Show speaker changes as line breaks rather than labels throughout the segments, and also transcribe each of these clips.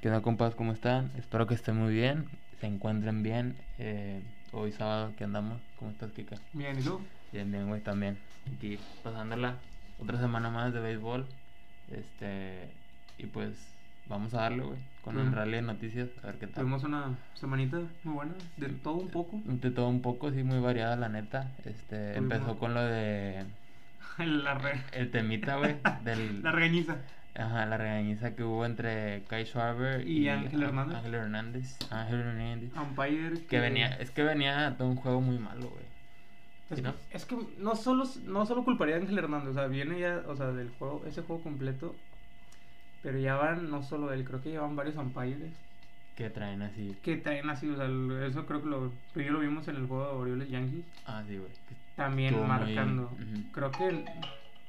¿Qué tal compas? ¿Cómo están? Espero que estén muy bien, se encuentren bien. Eh, hoy sábado que andamos. ¿Cómo estás, Kika?
Bien, ¿y tú?
Bien, bien, güey, también. Aquí pasándola otra semana más de béisbol. Este, y pues vamos a darle, güey, con un
Claro.
rally de noticias, a ver qué tal.
Tuvimos una semanita muy buena, de todo un poco.
De todo un poco, sí, muy variada, la neta. Este,
Tuvimos-
empezó con lo de.
la re...
El temita, güey, del.
La regañiza.
Ajá, la regañiza que hubo entre Kai Schwarber
Y Ángel Hernández.
Ángel Hernández. Ángel Hernández.
Umpire
Que venía, es que venía de un juego muy malo, güey.
Es,
¿Sí, no?
es que no solo, no solo culparía a Ángel Hernández, o sea, viene ya, o sea, del juego, ese juego completo. Pero ya van, no solo él, creo que ya van varios umpires
Que traen así.
que traen así, o sea, lo- eso creo que lo, tú y yo lo vimos en el juego de Orioles Yankees.
Ah, sí, güey.
También
Estuvo muy-
marcando.
ujú.
Creo que el-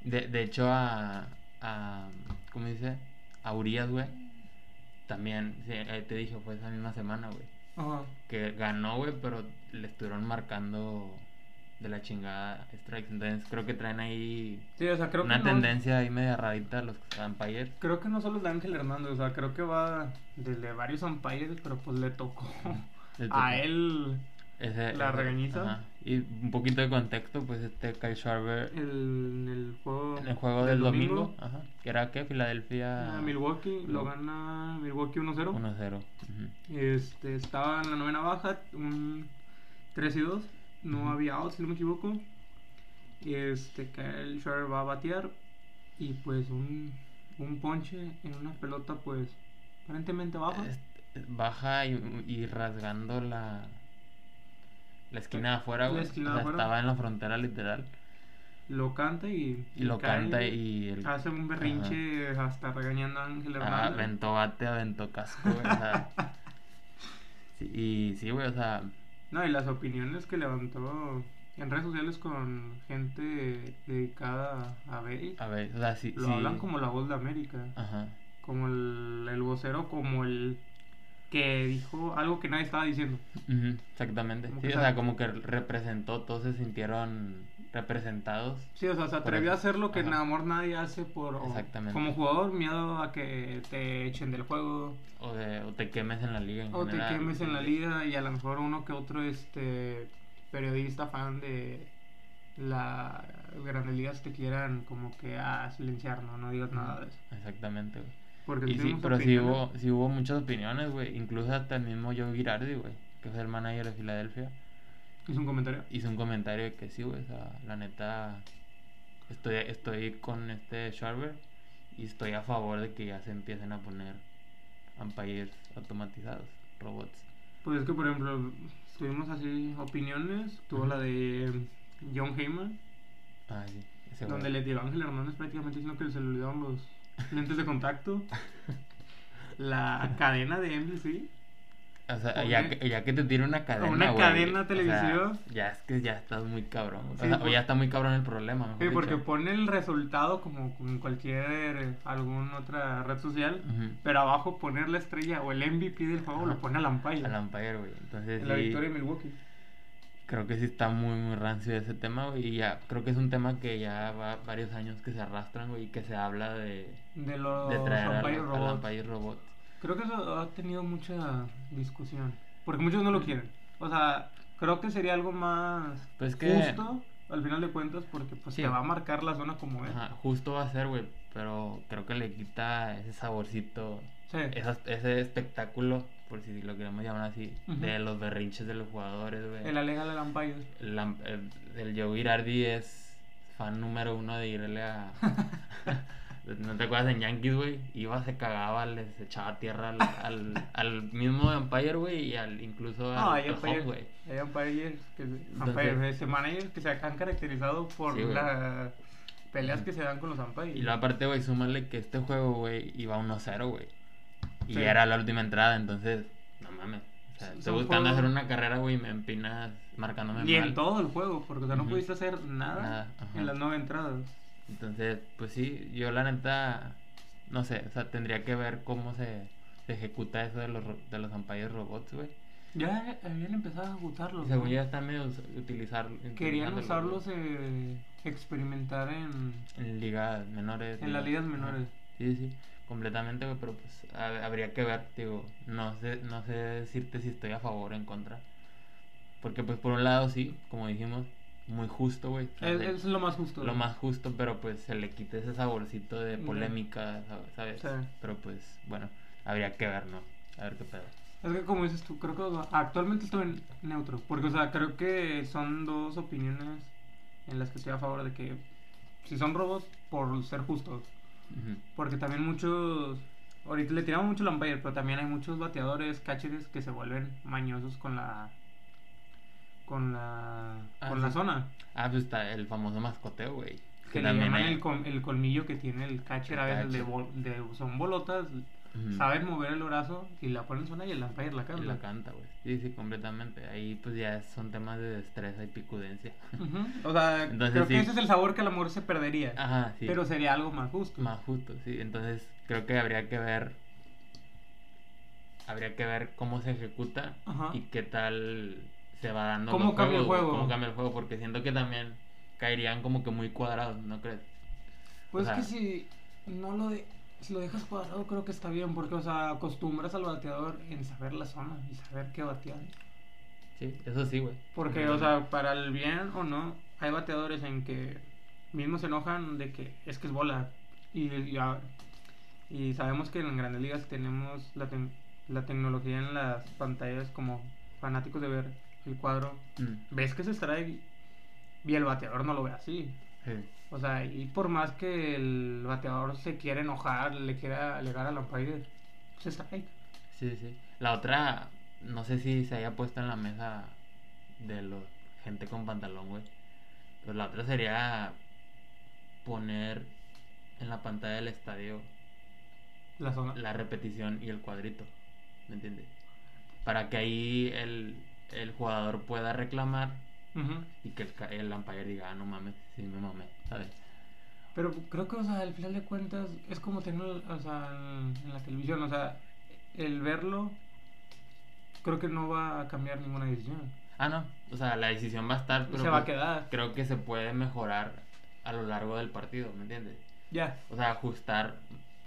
De, de hecho, a, a. ¿Cómo se dice? A Urias, güey. También, sí, eh, te dije, fue esa misma semana, güey.
ajá,
Que ganó, güey, pero le estuvieron marcando de la chingada strikes. Entonces, creo que traen ahí
Sí, o sea, creo
una
que no-
tendencia ahí media rarita los umpires.
Creo que no solo es de Ángel Hernández, o sea, creo que va desde varios umpires, pero pues le tocó
Le tocó.
a él
Ese-
la
ese-
regañiza.
ajá. Y un poquito de contexto, pues este Kai Schwarber
el, el juego,
en el juego del domingo, ah, ajá, que era que Filadelfia
a Ah, Milwaukee, lo
Mil-
gana Milwaukee 1-0.
1-0. ujú.
Este, estaba en la novena baja, un 3 y 2, no
Ujú.
había out, si no me equivoco. Este, Kyle Schwarber va a batear y pues un, un ponche en una pelota, pues aparentemente baja.
Este, baja y, y rasgando la la esquina de afuera,
La
güey.
esquina de
O sea,
afuera.
estaba en la frontera literal
lo canta y,
y lo
Kyle
canta y el
hace un berrinche hasta regañando a Ángel
ajá,
Hernández.
aventó bate, aventó casco, güey, o sea, sí, y sí, güey, o sea,
No, y las opiniones que levantó en redes sociales con gente dedicada a Bale,
a ver, o sea, Ah, sí, Ah.
lo
sí,
hablan como la voz de América,
ajá.
como el, el vocero, como el que dijo algo que nadie estaba diciendo.
Ujú, exactamente.
Como
Sí,
que
o sea,
sabe-
como que representó, todos se sintieron representados.
Sí, o sea, se
Por
atrevió a
eso.
hacer lo que en
Ajá.
amor nadie hace por o-
Exactamente.
como jugador, miedo a que te echen del juego.
O, de- o te quemes en la liga en
O te
general.
quemes en la liga y a lo mejor uno que otro este periodista fan de la grandes ligas te quieran como que a silenciar, no, no digas nada de eso.
Exactamente, güey.
Porque
Y sí,
tenemos
pero sí
opiniones.
hubo, sí hubo muchas opiniones, güey. Incluso hasta el mismo Joe Girardi, güey, que es el manager de Filadelfia,
Hizo un comentario.
hizo un comentario de que sí, güey, o sea, la neta, estoy, estoy con este Sharber y estoy a favor de que ya se empiecen a poner umpires automatizados, robots.
Pues es que por ejemplo, tuvimos así opiniones, tuvo
Ujú.
la de John Heyman,
Ah, sí. ese güey.
donde le tiró a Ángel Hernández prácticamente diciendo que se le olvidaron los lentes de contacto. La cadena de MLC.
O sea,
Pobre.
ya que, ya que te tira una cadena.
Una
güey,
cadena
o sea,
televisiva.
ya es que ya estás muy cabrón. O
Sí,
sea, o
por-
ya está muy cabrón el problema. mejor
Sí, porque
dicho.
pone el resultado como en cualquier eh, alguna otra red social,
Ujú.
pero abajo poner la estrella o el MVP del juego
Ajá.
lo pone al Lampaya.
Al umpire, güey. Entonces,
En la
sí,
victoria de Milwaukee.
creo que sí está muy, muy rancio ese tema, güey. Y ya, creo que es un tema que ya va varios años que se arrastran, güey, y que se habla de,
De los
de traer al,
umpire
al
robots.
umpire robot.
Creo que eso ha tenido mucha discusión, porque muchos no lo quieren. O sea, creo que sería algo más
Pues que-
justo al final de cuentas, porque pues
Sí.
te va a marcar la zona como es.
Ajá, justo va a ser, güey, pero creo que le quita ese saborcito,
Sí.
esas- ese espectáculo, por si lo queremos llamar así,
Ujú.
de los berrinches de los jugadores, güey.
El alega al Lampaya.
la- el, el Joe Girardi es fan número uno de irle a. ¿No te acuerdas en Yankees, güey? Iba, se cagaba, les echaba tierra al, al, al mismo umpire, güey, y al incluso
No,
al
hay
al Hawk,
umpires,
güey.
hay umpires que,
Entonces-
umpires, este, managers que se han caracterizado por
Sí, güey.
las peleas
Ujú.
que se dan con los umpires.
Y luego aparte, güey, súmale que este juego, güey, iba 1-0, güey. Y
Sí.
era la última entrada, entonces, no mames. O sea,
Sí,
estoy
son
buscando hacer
juegos-
una carrera, güey, y me empinas marcándome
Y en
mal.
todo el juego, porque o sea, no
Ujú.
pudiste hacer nada,
Nada, ajá.
en las nueve entradas.
Entonces, pues sí, yo la neta, no sé, o sea, tendría que ver cómo se, se ejecuta eso de los, ro- de los umpires robots, güey.
Ya habían empezado a agotarlos.
Y según
¿no?
yo están medio us- utilizar,
Querían
utilizándolos,
usarlos,
güey,
eh, experimentar en...
en ligas menores.
en las ligas menores.
Ajá. Sí, sí. completamente, güey, pero pues ha- habría que ver, digo, no sé, no sé decirte si estoy a favor o en contra. Porque pues por un lado sí, como dijimos, muy justo, güey. o sea,
Es,
se-
es lo más justo.
lo
güey.
más justo, pero pues se le quita ese saborcito de
Ujú.
polémica, sab- ¿sabes?
Sí.
Pero pues, bueno, habría que ver, ¿no? A ver qué pedo.
Es que como dices tú, creo que actualmente estoy en neutro. Porque, o sea, creo que son dos opiniones en las que estoy a favor de que si son robos, por ser justos.
Ujú.
Porque también muchos. Ahorita le tiramos mucho al umpire, pero también hay muchos bateadores, cachetes que se vuelven mañosos con la. con la.
Ah,
con
sí.
la zona.
Ah, pues está el famoso mascoteo, güey.
Que le llaman el, col- el colmillo que tiene el catcher
El
a veces
catcher.
de bol- de- son bolotas,
Ujú.
saben mover el brazo y la ponen zona y el umpire la
Y
cambia.
la canta, güey. Sí, sí, completamente. Ahí pues ya son temas de destreza y picudencia.
Ujú. O sea,
Entonces,
creo
sí.
que ese es el sabor que el amor se perdería.
Ajá, sí.
Pero sería algo más justo.
Más justo, sí. Entonces creo que habría que ver... Habría que ver cómo se ejecuta
Ajá.
y qué tal se va dando
¿Cómo
los
cambia el
juegos, güey,
juego?
cómo cambia el juego porque siento que también caerían como que muy cuadrados no crees
Pues
o
es que
sea-
si no lo de- si lo dejas cuadrado creo que está bien, porque o sea, acostumbras al bateador en saber la zona y saber qué batear.
sí eso sí güey
Porque, o sea, para el bien o no, hay bateadores en que mismos se enojan de que es que es bola. Y, y, a- y sabemos que en grandes ligas tenemos la, tec- la tecnología en las pantallas como fanáticos de ver el cuadro.
Mm,
Ves que se strike y el bateador no lo ve así.
sí.
O sea, y por más que el bateador se quiera enojar, le quiera alegar al umpire, pues es strike.
Sí, sí. La otra, no sé si se haya puesto en la mesa de los gente con pantalón, güey. Pero la otra sería poner en la pantalla del estadio
La zona.
la repetición y el cuadrito. ¿Me entiendes? Para que ahí el, el jugador pueda reclamar
Ujú.
y que el, ca- el umpire diga, ah, no mames, sí me mamé, ¿sabes?
Pero creo que, o sea, al final de cuentas es como tener, o sea, en en la televisión, o sea, el verlo creo que no va a cambiar ninguna decisión.
Ah, no. O sea, la decisión va a estar, pero
se va a
pues,
quedar.
creo que se puede mejorar a lo largo del partido, ¿me entiendes?
Ya,
O sea, ajustar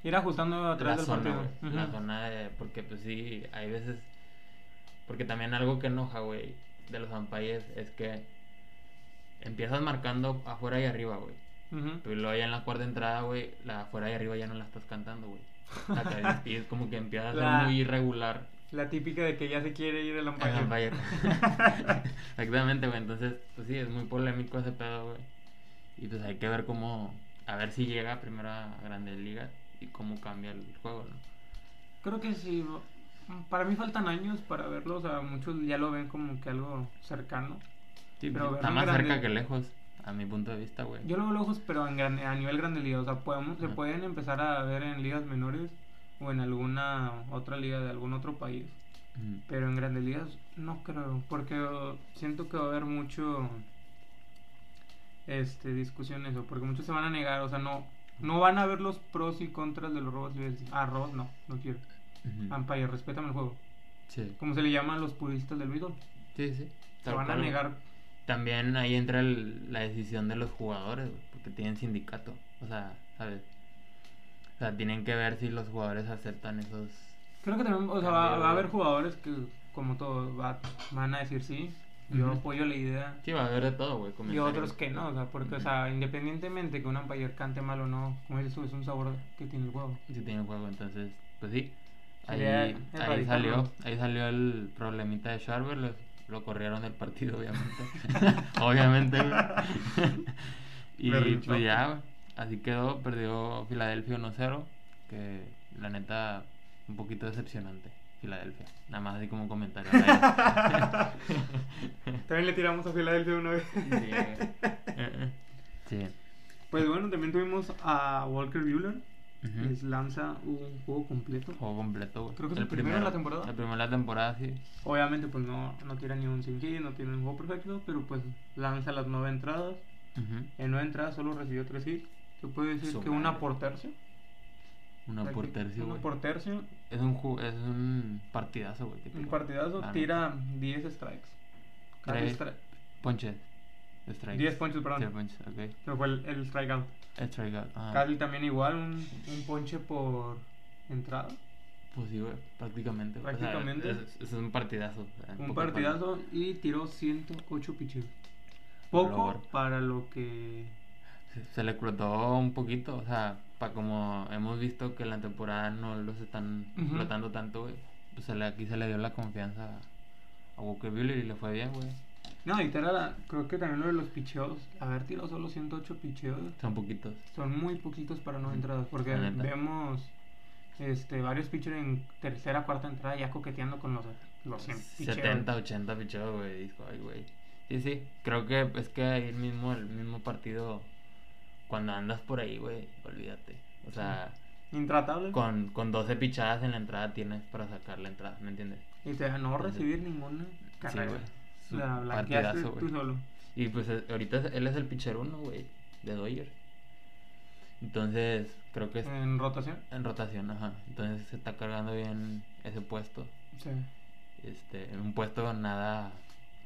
ir ajustando a
la
través del
zona,
partido.
güey, La
Ujú.
zona de... Porque, pues, sí, hay veces... Porque también algo que enoja, güey, de los umpires es que empiezas marcando afuera y arriba, güey.
Ujú.
Pero luego ya en la cuarta entrada, güey, la afuera y arriba ya no la estás cantando, güey. O sea, que es- y es como que empieza a ser
La-
muy irregular
La típica de que ya se quiere ir el
el
umpire.
umpire. Exactamente, güey. Entonces, pues sí, es muy polémico ese pedo, güey. Y pues hay que ver cómo... A ver si llega primero a Grandes Ligas y cómo cambia el juego, ¿no?
Creo que sí. Para mí faltan años para verlo, o sea, muchos ya lo ven como que algo cercano.
Sí,
Pero
pues, está
verlo
más
grande.
cerca que lejos, a mi punto de vista, güey.
Yo lo veo lejos, pero en gran- a nivel grande liga. O sea, podemos, se
Ajá.
pueden empezar a ver en ligas menores o en alguna otra liga de algún otro país.
Mm,
Pero en grandes ligas no creo, porque oh, siento que va a haber mucho este discusión eso, porque muchos se van a negar, o sea, no no van a ver los pros y contras de los robots y van a decir, ah, robots no, no quiero.
ujú.
Umpire, respétame el juego.
Sí,
Como se le llaman los puristas del béisbol.
sí, sí.
Se
tal
van a
cual, güey.
negar.
También ahí entra el- la decisión de los jugadores, güey, porque tienen sindicato. O sea, ¿sabes? O sea, tienen que ver si los jugadores aceptan esos.
Creo que también, o sea, va,
Cambio,
va a haber
güey.
jugadores que, como todo, va- van a decir sí, yo
Ujú.
apoyo la idea.
Sí, va a haber de todo, güey.
Y
comentarios.
otros que no, o sea, porque, o
Ujú.
sea, independientemente que un umpire cante mal o no, como dices tú, es un sabor que tiene el juego.
Si tienen juego, entonces, pues sí. Ahí,
Sería
ahí
erradicarlo.
salió, ahí salió el problemita de Sharper, lo, lo corrieron del partido, obviamente. obviamente, güey. y
Berrinchote.
pues ya, güey, así quedó, perdió Filadelfia 1-0, que la neta, un poquito decepcionante, Filadelfia. Nada más así como un comentario. al aire.
También le tiramos a Filadelfia una vez.
sí, güey. Eh, eh. sí.
Pues bueno, también tuvimos a Walker Bueller.
Ujú.
Les lanza un juego completo.
Juego completo, güey.
Creo que es el primero de la temporada.
El primero de la temporada, sí.
Obviamente, pues no, no tira ni un sin hit, no tiene un juego perfecto, pero pues lanza las nueve entradas.
Ujú.
En nueve entradas solo recibió tres hits. Se puede decir
Su
que una
madre.
por tercio.
Una por tercio,
Una
güey.
por tercio.
Es un, ju- es un partidazo, güey. que
Un
tiró.
partidazo
La neta.
tira 10 strikes. Cada
Tres.
strike-
Ponches. Strike.
10 ponches,
Diez
perdón.
ponches, ok. Ah,
Pero fue el, el strikeout.
El strikeout. ajá.
Casi también igual, un, un ponche por entrada.
Pues sí, güey, prácticamente. O sea,
Prácticamente.
es, es un partidazo. o sea, en
Un
pocas
partidazo y tiró 108 picheos. Poco
Lord.
para lo que.
palabras. Se, se le explotó un poquito, o sea, para como hemos visto que en la temporada no los están
Ujú.
explotando tanto, güey. Pues se le, aquí se le dio la confianza a Walker Buehler y le fue bien, güey.
No, y Tera, la- creo que también lo de los picheos. Haber tirado solo 108 picheos
Son poquitos.
son muy poquitos para no entradas. Porque
La neta.
vemos este, varios pitchers en tercera, cuarta entrada ya coqueteando con los, los 100 picheos.
70, 80 picheo, güey. Dijo, ay, güey. Sí, sí. Creo que es que ahí el mismo, el mismo partido, cuando andas por ahí, güey, olvídate. O sea,
Intratable.
con, con 12 pichadas en la entrada tienes para sacar la entrada, ¿me entiendes?
Y te no recibir ninguna carrera.
güey. Es
o
un
sea, blanqueaste
partidazo,
tú
güey.
solo.
Y pues eh, ahorita es- él es el pitcher uno, güey, de Doyer. Entonces, creo que es
En rotación.
en rotación, ajá. Entonces se está cargando bien ese puesto.
Sí.
Este, en un puesto nada,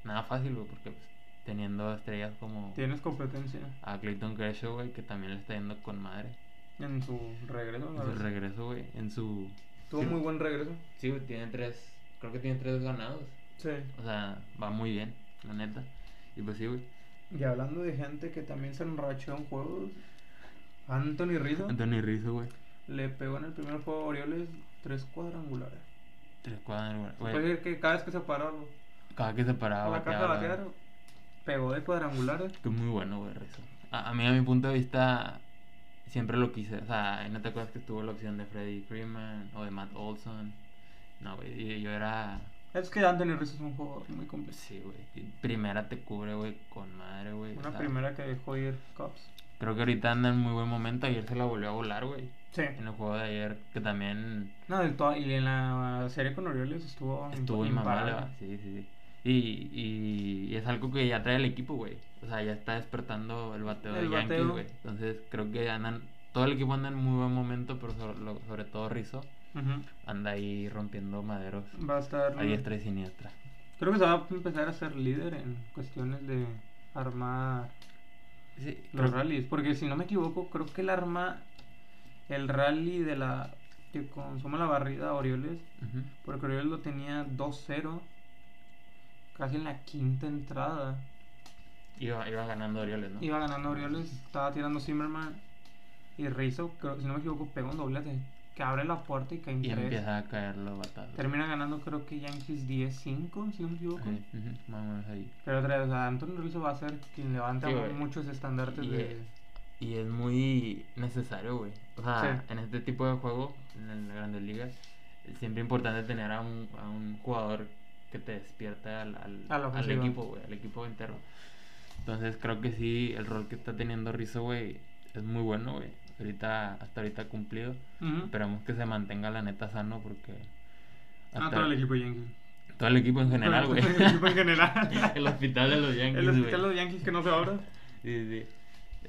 nada fácil, güey, porque pues, teniendo estrellas como...
Tienes competencia
a Clayton Kershaw, güey, que también le está yendo con madre.
en su regreso.
En
la
su
verdad.
regreso, güey. En su.
Tuvo
Sí.
muy buen regreso.
Sí, güey, tiene tres. Creo que tiene tres ganados.
Sí.
O sea, va muy bien, la neta. Y pues sí, güey.
Y hablando de gente que también se enrachó en juegos, Anthony Rizzo
Anthony Rizzo, güey.
le pegó en el primer juego a Orioles tres cuadrangulares.
Tres cuadros,
Puede
güey.
decir que cada vez que se paró
Cada que se
a
paraba,
la caja de
bateaba,
batear, pegó de cuadrangulares.
Que es muy bueno, güey, Rizzo. A, a mí, a mi punto de vista, siempre lo quise. O sea, ¿no te acuerdas que estuvo la opción de Freddie Freeman o de Matt Olson? No, güey. y Yo era.
Es que Anthony Rizzo es un jugador muy complejo.
Sí, güey. y Primera te cubre, güey, con madre, güey. o
Una
sea,
primera que dejó ir Cubs.
Creo que ahorita anda en muy buen momento. Ayer se la volvió a volar, güey.
Sí.
En el juego de ayer, que también
No, del todo. Y en la serie con Orioles estuvo,
estuvo
imp-
inmamable,
imparable.
va. Sí, sí, sí. Y, y, y es algo que ya trae el equipo, güey. O sea, ya está despertando el bateo
El
de Yankees,
bateo.
güey. Entonces, creo que andan. Todo el equipo anda en muy buen momento, pero sobre, lo- sobre todo Rizzo
Ujú.
anda ahí rompiendo maderos
Va a estar.
a diestra y siniestra.
Creo que se va a empezar a ser líder en cuestiones de armar
Sí,
los
creo-
rallies. Porque si no me equivoco, creo que el arma. El rally de la. Que consuma la barrida a Orioles.
Ujú.
Porque Orioles lo tenía 2-0. Casi en la quinta entrada.
Iba, iba ganando Orioles, ¿no?
Iba ganando Orioles. Estaba tirando Zimmerman. Y Rizzo, creo- si no me equivoco, pega un doblete. Que abre la puerta y cae en
Y
tres.
empieza a caer los batazos.
Termina ganando, creo que Yankees 10-5, si no me equivoco.
Ajá, ujú, más o menos ahí.
Pero otra vez, o sea, Anthony Rizzo va a ser quien levanta
Sí, güey.
muchos estandartes
Y,
de.
eh, Y es muy necesario, güey. O sea,
Sí.
en este tipo de juego, en las grandes ligas, es siempre importante tener a un, a un jugador que te despierta al, al,
A la
al
ofensiva.
equipo, güey, al equipo entero. Entonces creo que sí, el rol que está teniendo Rizzo, güey, es muy bueno, güey. Ahorita, hasta ahorita ha cumplido.
Ujú.
Esperamos que se mantenga la neta sano porque...
Ah, todo el equipo de Yankees.
todo el equipo en general, güey.
el equipo en general.
el hospital de los Yankees,
El hospital de
güey.
los Yankees que no se abra.
Sí, sí, sí.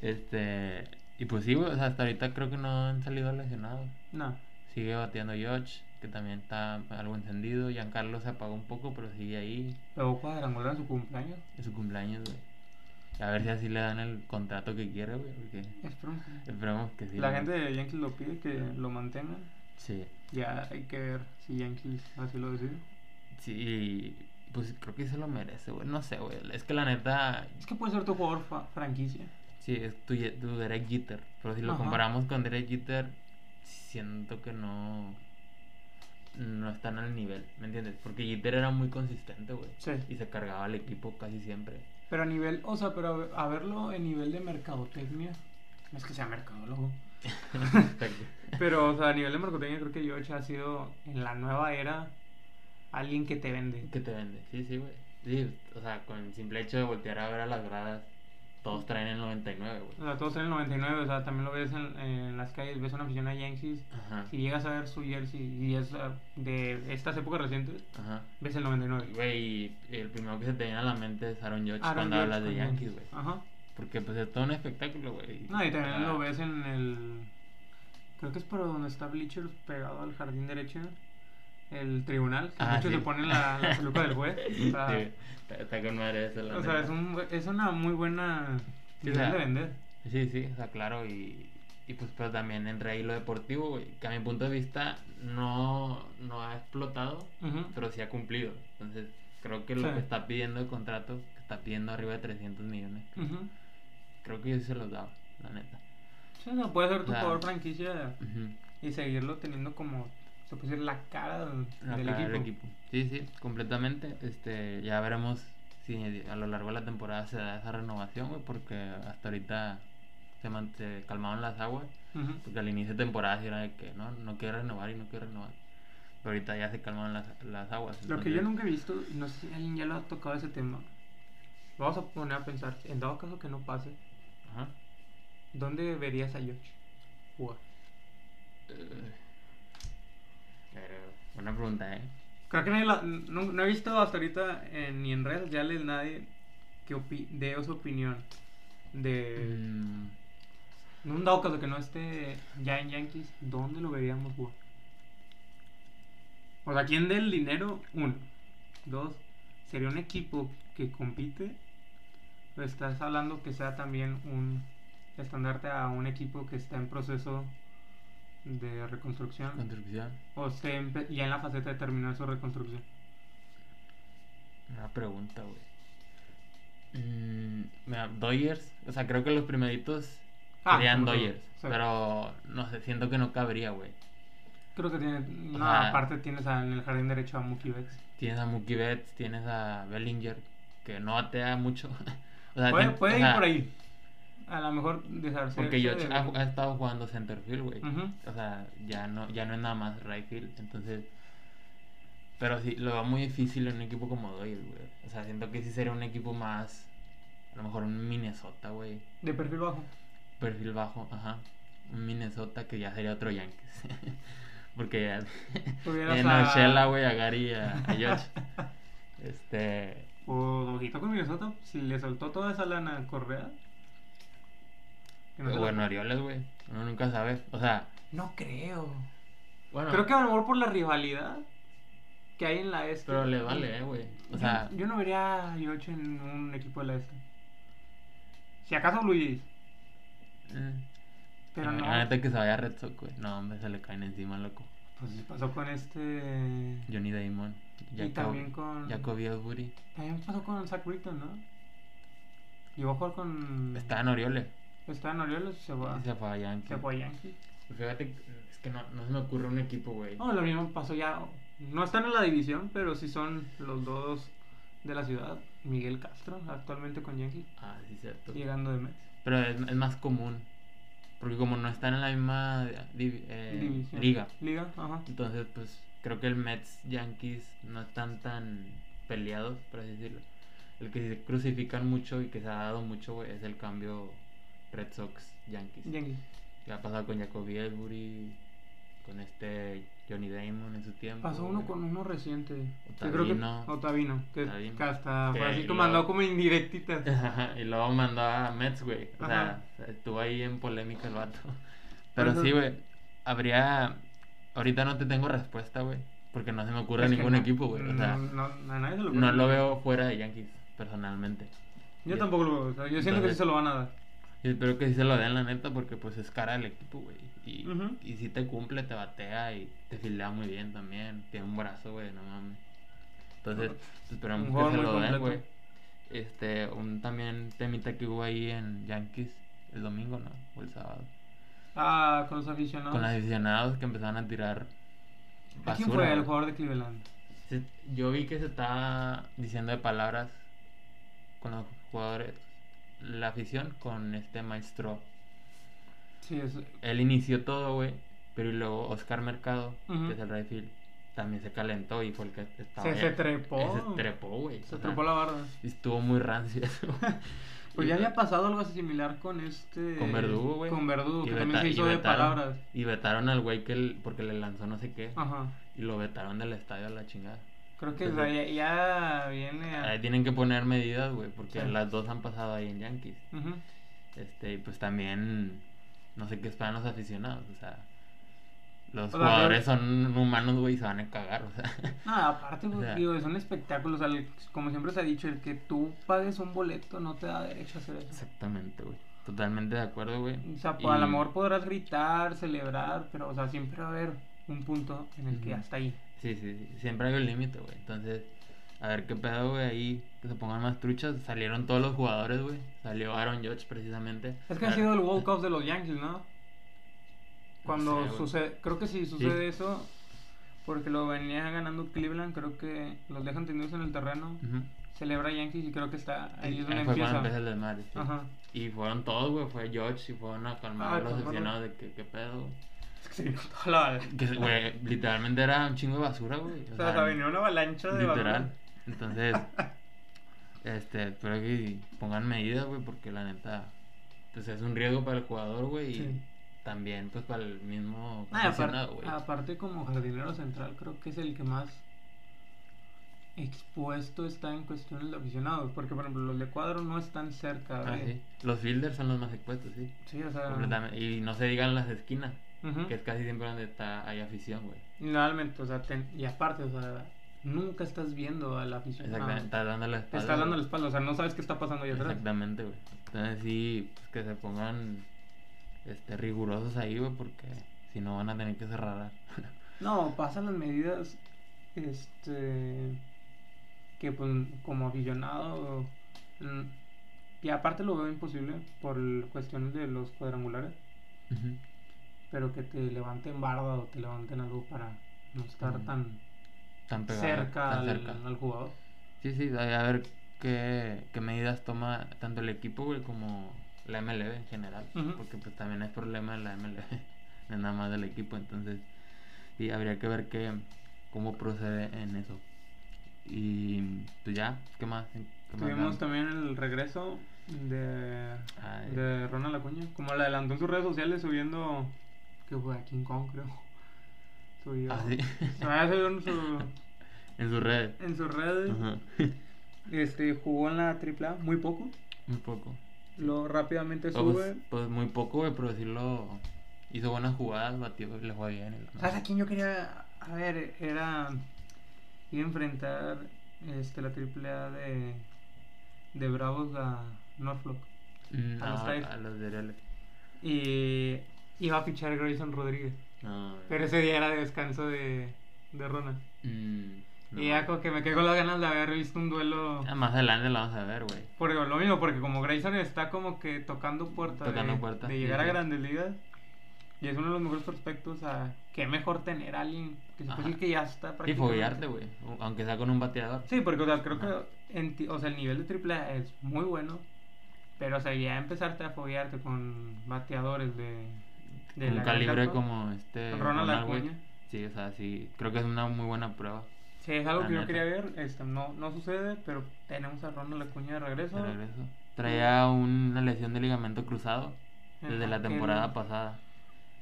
Este. Y pues sí, güey, o sea, hasta ahorita creo que no han salido lesionados.
No.
Sigue bateando George, que también está algo encendido. Giancarlo se apagó un poco, pero sigue ahí.
Luego cuadrangular en su cumpleaños.
Es su cumpleaños, güey. A ver si así le dan el contrato que quiere, güey, porque
Esperemos que-
esperemos que sí.
La
¿no?
gente de Yankees lo pide que lo mantengan.
Sí.
Ya hay que ver si Yankees así lo decide.
Sí, y pues creo que se lo merece, güey. No sé, güey. Es que la neta,
Es que puede ser tu jugador fa- franquicia.
sí, es tu, Ye- tu Derek Jeter. Pero si lo
Ajá.
comparamos con Derek Jeter, siento que no. No están al nivel, ¿me entiendes? Porque Jeter era muy consistente, güey.
Sí.
y se cargaba al equipo casi siempre.
Pero a nivel, o sea, pero a ver- a verlo en nivel de mercadotecnia. No es que sea mercadólogo. Pero, o sea, a nivel de mercadotecnia, creo que George ha sido en la nueva era alguien que te vende.
que te vende? Sí, sí, güey. Sí, o sea, con el simple hecho de voltear a ver a las gradas, todos traen el 99,
O
güey.
sea, todos en el 99, o sea, también lo ves en, en las calles, ves una afición a Yankees.
Ajá.
Si llegas a ver su jersey y es ah, de estas épocas recientes,
Ajá.
ves el 99.
Güey, y el primero que se te viene a la mente es Aaron Judge
Aaron
cuando
Judge
hablas de
con
Yankees, güey.
Ajá.
Porque pues es todo un espectáculo, güey.
No, y
Ah,
también lo ves en el. Creo que es por donde está Bleacher pegado al jardín derecho. El tribunal, que
Ah,
muchos
sí.
se ponen la, la peluca del juez. O sea,
Sí, está, está con madre eso, la
o sea,
neta.
es, un, bu- es una muy buena
Sí, o
nivel
sea,
de vender.
Sí, sí, o sea, claro, y, Y pues, pero también en rey lo deportivo, güey, que a mi punto de vista no, no ha explotado,
Ujú.
pero sí ha cumplido. Entonces, creo que lo
Sí.
que está pidiendo el contrato, que está pidiendo arriba de 300 millones,
Ujú.
creo que yo sí se los daba, la neta.
Sí, no puede ser tu
Claro.
jugador franquicia
Ujú.
y seguirlo teniendo como, se puede decir, la cara del,
La
del
cara
equipo.
del equipo. Sí, sí, completamente. Este, ya veremos si a lo largo de la temporada se da esa renovación, güey, porque hasta ahorita se, man- se calmaron las aguas.
Ujú.
Porque al inicio de temporada sí era de que no, no quiero renovar y no quiero renovar. Pero ahorita ya se calmaron las, las aguas.
Lo que yo
entonces-
nunca he visto, y no sé si alguien ya lo ha tocado ese tema, vamos a poner a pensar, en dado caso que no pase,
Ajá.
¿dónde verías a George jugar?
Eh, pero buena pregunta, ¿eh?
Creo que nadie la- no, no he visto hasta ahorita eh, ni en redes sociales nadie que opi- dé su opinión de
Mm,
en un dado caso que no esté ya en Yankees, ¿dónde lo veríamos jugar? O sea, ¿quién del dinero? Uno. Dos, sería un equipo que compite. ¿O estás hablando que sea también un estandarte a un equipo que está en proceso de reconstrucción?
construcción.
¿O esté empe- ya en la faceta de terminar su reconstrucción?
Una pregunta, güey. Mm, mira, Dodgers, o sea, creo que los primeritos
Ah,
serían
como todo,
Dodgers,
sí.
pero no sé, siento que no cabría, güey.
Creo que tiene. No,
O sea-
aparte tienes a- en el jardín derecho a Mookie Betts.
Tienes a Mookie Betts, tienes a Bellinger, que no batea mucho. o sea,
Puede,
tien-
puede
o
ir
sea,
por ahí. A lo mejor deshacerse.
Porque yo ah.
de-
ha, ha estado jugando centerfield, güey.
Ujú.
O sea, ya no, ya no es nada más right field, entonces... Pero sí, lo veo muy difícil en un equipo como Dodgers, güey. O sea, siento que sí sería un equipo más... A lo mejor un Minnesota, güey.
De perfil bajo.
Perfil bajo, ajá. Un Minnesota que ya sería otro Yankees. Porque ya.
Tuvieras
Tienen
a-
a Shella, güey, a Gary y a, a George. este.
O ojito con Minnesota. Si le soltó toda esa lana a Correa. que no se la-
Bueno, Orioles, güey. Uno nunca sabe. O sea,
No creo.
bueno.
Creo que a lo mejor por la rivalidad que hay en la este.
Pero le vale, eh, güey.
Yo-
O sea,
Yo, no vería a Yocho en un equipo de la este. Si acaso Luis.
eh,
Pero no.
la neta que se vaya a Red Sox, güey. No, hombre, se le caen encima, loco.
Pues pasó con este.
Johnny Damon.
y también con.
Jacoby Osbury.
También pasó con Zach Britton, ¿no? Llegó a jugar con.
Está en Orioles.
Está en Orioles, se va.
Y se fue a Yankees.
Ah. Se fue a Oh. Yankees.
Fíjate, es que no, no se me ocurre un equipo, güey.
No, lo mismo pasó ya. No están en la división, pero sí son los dos de la ciudad. Miguel Castro, actualmente con Yankees,
Ah, sí, cierto.
llegando de mes.
Pero es, es más común. Porque como no están en la misma div- eh,
División.
liga.
Liga, ajá.
Entonces, pues creo que el Mets Yankees no están tan peleados, por así decirlo. El que se crucifican mucho y que se ha dado mucho güey, es el cambio Red Sox Yankees.
Yankees.
Que ha pasado con Jacoby Ellsbury, con este Johnny Damon en su tiempo.
Pasó uno
güey.
con uno reciente. que
Otavino.
que, Otavino. Que,
Otavino.
que hasta
Que
Francisco
lo-
mandó como indirectitas.
y luego mandó a Mets, güey. O sea, estuvo ahí en polémica el vato. Pero sí, güey. Habría. Ahorita no te tengo respuesta, güey. Porque no se me ocurre
Es que
ningún
no-
equipo, güey. O sea,
no, no, a nadie se le ocurre.
no lo veo fuera de Yankees, personalmente.
Yo tampoco lo veo. o sea, yo siento que sí
Entonces-
se lo van a dar.
Y espero que sí se lo den, la neta, porque pues es cara el equipo, güey. Y,
Ujú.
y si te cumple, te batea y te filea muy bien también. Tiene un brazo, güey, no mames. Entonces, pues, esperamos
Un
que
jugador
se
muy
lo den,
completo.
güey. Este, un también temita que hubo ahí en Yankees el domingo, ¿no? O el sábado.
Ah, con los aficionados.
Con los aficionados que empezaban a tirar basura.
¿Quién fue el
güey.
jugador de Cleveland?
Se- yo vi que se estaba diciendo de palabras con los jugadores, la afición, con este maestro.
Sí, es.
Él inició todo, güey, pero y luego Oscar Mercado,
Ujú.
que es el right field, también se calentó y fue el que estaba.
Se,
allá.
se trepó.
Se trepó, güey.
Se
ajá.
trepó la barda.
Y Estuvo muy rancio eso.
Pues
Y-
ya había pasado algo similar con este.
Con Verdugo, güey.
Con Verdugo,
y
que también
veta-
se
y
hizo de
vetaron-
palabras. Ah.
Y vetaron al güey que él- porque le lanzó no sé qué.
Ajá.
Y lo vetaron del estadio a la chingada.
Creo que
Entonces-
ya, ya viene. a-
Ahí tienen que poner medidas, güey, porque
Ah. Sí.
las dos han pasado ahí en Yankees.
Ujú.
Este, y pues también no sé qué esperan los aficionados, o sea, los
O sea,
jugadores
creo-
son humanos, güey, y se van a cagar, o sea.
No, aparte, güey,
O sea-
digo, son espectáculos. al- como siempre se ha dicho, el que tú pagues un boleto no te da derecho a hacer eso.
Exactamente, güey. Totalmente de acuerdo, güey.
O sea, pues, a
Y-
lo mejor podrás gritar, celebrar, pero, o sea, siempre va a haber un punto en el que
Ujú.
hasta ahí.
Sí, sí, sí, siempre hay un límite, güey. Entonces, a ver qué pedo, güey, ahí que se pongan más truchas. Salieron todos los jugadores, güey. Salió Aaron Judge precisamente.
Es que ha
Claro.
sido el World Cup de los Yankees, ¿no? Cuando
sé, güey.
sucede, creo que si sucede eso, porque lo venía ganando Cleveland, creo que los dejan tendidos en el terreno,
Ujú.
celebra Yankees y creo que está ahí es donde
Ahí fue cuando
empieza.
empezó el desmadre, sí.
Ajá.
Y fueron todos, güey. Fue George y fueron a calmar
Ah,
a los
calmarlo.
aficionados de que qué pedo, güey.
Es que se vino toda la-
Que, güey, literalmente era un chingo de basura, güey.
O sea, se venía una avalancha de
Literal.
basura.
Entonces, este, espero que pongan medidas, güey, porque la neta, pues es un riesgo para el jugador, güey, y
Sí.
también, pues, para el mismo
Ah, y apar-
aficionado, güey.
aparte como jardinero central creo que es el que más expuesto está en cuestiones de aficionados, porque por ejemplo los de cuadro no están cerca
Ah,
de...
sí. Los fielders son los más expuestos, sí.
Sí, o sea...
Completamente. Y no se digan las esquinas,
ujú.
que es casi siempre donde está hay afición, güey.
Normalmente, o sea, ten- y aparte, o sea, nunca estás viendo a la aficionado.
Exactamente. Está dando la
Te
espalda.
Ah. está dando la
güey.
espalda, o sea, no sabes qué está pasando ahí atrás.
Exactamente, güey. Entonces sí, pues, que se pongan este rigurosos ahí, güey, porque si no van a tener que cerrar.
No, pasan las medidas, este, que pues como aficionado, mm, y aparte lo veo imposible por el- cuestiones de los cuadrangulares,
Ujú.
pero que te levanten barda o te levanten algo para no estar
Ujú.
tan
Tan pegado,
cerca,
tan
al,
cerca.
al jugador.
Sí, sí, a a ver qué, qué medidas toma tanto el equipo, güey, como la MLB en general.
Ujú.
Porque pues también es problema de la MLB, no es nada más del equipo. Entonces, sí, habría que ver qué, cómo procede en eso. Y pues ya, ¿qué más? ¿Qué más
Tuvimos
dan?
también el regreso de,
Ah, de-
de Ronald Acuña, como la adelantó en sus redes sociales subiendo, que fue a King Kong creo, subió,
Ah, sí.
se había subido en, su-
en sus redes.
en sus redes,
Ajá.
Este, jugó en la AAA muy poco.
Muy poco.
Lo rápidamente
Oh,
sube.
Pues, pues, muy poco, güey, pero sí lo hizo buenas jugadas, batió, le jugó bien. y la madre.
¿Sabes a quién yo quería? A ver, era. Iba a enfrentar este, la AAA de. De Bravos a Norfolk.
Mm,
a los
no,
Tigers.
a los de Reales.
Y. Iba a fichar Grayson Rodríguez.
No, güey.
Pero ese día era de descanso de. De Ronald.
Mm, no.
Y ya como que me quedé con las ganas de haber visto un duelo.
Ah, Más adelante la vamos a ver, güey.
Por lo mismo, porque como Grayson está como que tocando puertas
Tocando
de,
puerta,
de
sí,
llegar a
sí.
grandes ligas. Y es uno de los mejores prospectos a qué mejor tener a alguien que se
Ajá.
puede decir que ya está
Y
prácticamente.
foguearte, güey. o- Aunque sea con un bateador.
Sí, porque o sea, creo
Ajá.
que en ti- o sea, el nivel de triple A es muy bueno. Pero o sea, ya empezarte a foguearte con bateadores de, de la
Con un
gran
calibre
capa,
como este.
Ronald
güey.
Acuña.
Sí, o sea, sí. Creo que es una muy buena prueba.
Sí, es algo
La
que yo
neta.
quería ver. este, no, no sucede, pero tenemos a Ronald Acuña de regreso.
De regreso. Traía una lesión de ligamento cruzado desde
Ajá,
la
que
temporada
no-
pasada.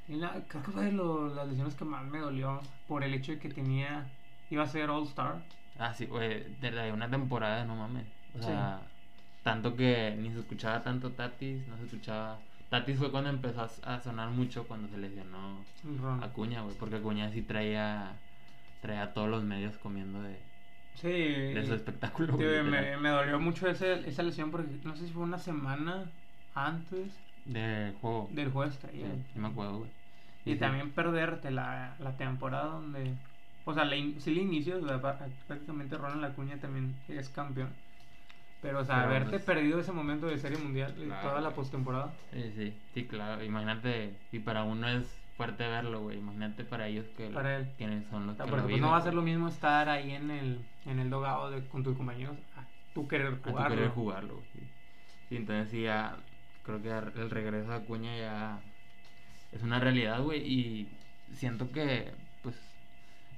Y la- creo que fue de lo- las lesiones que más me dolió por el hecho de que tenía, iba a ser All Star.
Ah, sí, güey. Desde una temporada, no mames. O sea, tanto que ni se escuchaba tanto Tatis, no se escuchaba. Tatis fue cuando empezó a s- a sonar mucho cuando se lesionó
Ron.
Acuña, güey, porque Acuña sí traía traía a todos los medios comiendo de,
Sí,
de su espectáculo.
sí,
güey,
me,
literal.
me dolió mucho ese- esa lesión porque no sé si fue una semana antes
Del juego.
del juego de
Sí,
estrellas.
sí me acuerdo, güey.
Y también perderte la, la temporada donde. O sea, la in- sí le inicio, o sea, pa- prácticamente Ronald Acuña también es campeón. Pero, o sea,
Pero,
haberte
pues,
perdido ese momento de Serie Mundial y
claro,
toda la
güey.
postemporada.
Sí, sí, sí, claro. Imagínate, y para uno es fuerte verlo, güey. Imagínate para ellos que
Para él.
quienes son los
O sea,
que
porque
lo
pues
viven,
no va a ser lo
güey,
mismo estar ahí en el, en el dogado de- con tus compañeros a tú querer
a tu
jugar.
querer
¿no?
jugarlo, güey. sí. Sí, entonces sí, ya creo que el regreso de Acuña ya es una realidad, güey. Y siento que, pues,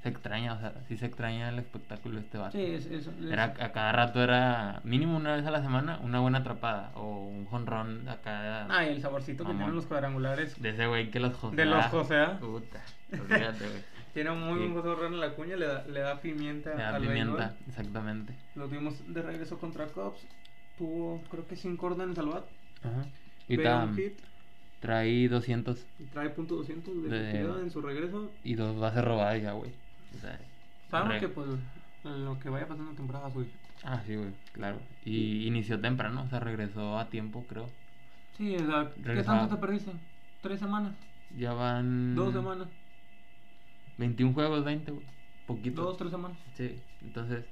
se extraña, o sea, sí se extraña el espectáculo de este vato.
Sí, es, es- es-
Era, a cada rato era mínimo una vez a la semana una buena atrapada o un jonrón a cada...
Ah, y el saborcito que
Mamón.
tienen los cuadrangulares
De ese güey que los josea.
de los Josea.
Puta, olvídate, güey.
Tiene un muy
Sí.
buen gozorro en la cuña, le da, le da pimienta
Le da
al
pimienta,
béisbol.
exactamente.
Lo tuvimos de regreso contra Cops. Tuvo, creo que sin órdenes al bat.
Ajá. Y
Pega
ta,
un hit
traí 200
y trae punto 200 de
De-
efectividad en su regreso.
y dos bases robadas ya, güey. O sea,
Sabemos
re-
que pues lo que vaya pasando en temporada suya.
Ah, sí, güey, claro. Y inició temprano, o sea, regresó a tiempo, creo.
Sí, o sea, ¿qué
Regresaba.
tanto te perdiste? ¿Tres semanas?
Ya van.
¿Dos semanas?
21 juegos, 20, güey. Poquito.
¿Dos, tres semanas?
Sí, entonces.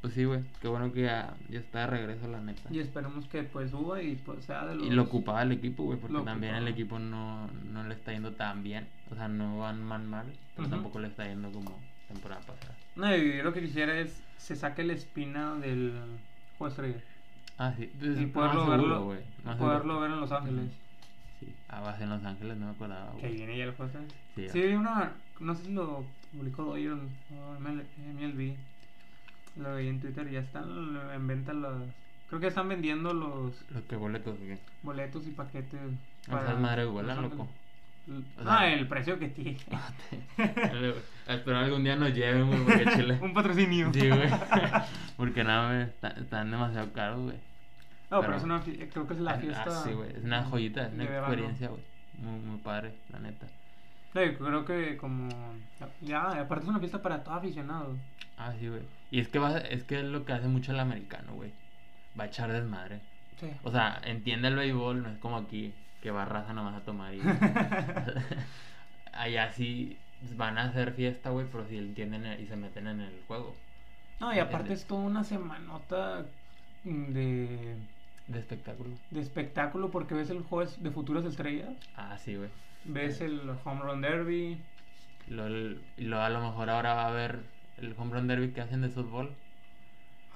Pues sí, güey. Qué bueno que ya, ya está de regreso, la neta.
Y esperemos que pues suba y pues sea de los...
Y lo ocupaba el equipo, güey, porque
Lo
también
ocupaba.
el equipo no, no le está yendo tan bien. O sea, no van man mal, pero
Ujú.
tampoco le está yendo como temporada pasada.
No, y yo lo que quisiera es se saque la espina del juego estrella.
Ah, sí. Pues,
Y
más
poderlo
seguro,
verlo,
güey, más
poderlo
seguro.
ver en Los Ángeles.
Sí. Ah, vas en Los Ángeles, no me acordaba,
Que
güey.
viene ya el juego estrella.
Sí,
Sí,
ah.
vi una. No sé si lo publicó hoy o o ML MLB. Lo vi en Twitter. Ya están en venta los. Creo que están vendiendo los
Los que boletos, güey.
boletos y paquetes.
No seas madre, güey, la
Los
loco.
Ángeles.
O
ah,
sea-
el precio que tiene.
Espero algún día nos lleven, güey, porque chile.
Un patrocinio.
Sí, güey. Porque nada, güey, está- están demasiado caros, güey.
No, pero,
pero-
es una. fie- Creo que es la
Ah,
fiesta.
sí, güey. Es una joyita, es una
de verano.
experiencia, güey. Muy, muy padre, la neta.
No, y creo que como. Ya, aparte es una fiesta para todo aficionado.
Ah, sí, güey. Y es que, va, es que es lo que hace mucho el americano, güey. Va a echar desmadre.
Sí.
O sea, entiende el béisbol, no es como aquí, que va raza nomás a tomar y... Allá sí van a hacer fiesta, güey, pero si entienden el- y se meten en el juego.
No, y aparte es toda una semanota de.
De espectáculo.
de espectáculo porque ves el juego de futuras estrellas,
Ah, sí, güey.
ves el home run derby,
Lo, lo- a lo mejor ahora va a haber el home run derby que hacen de softball.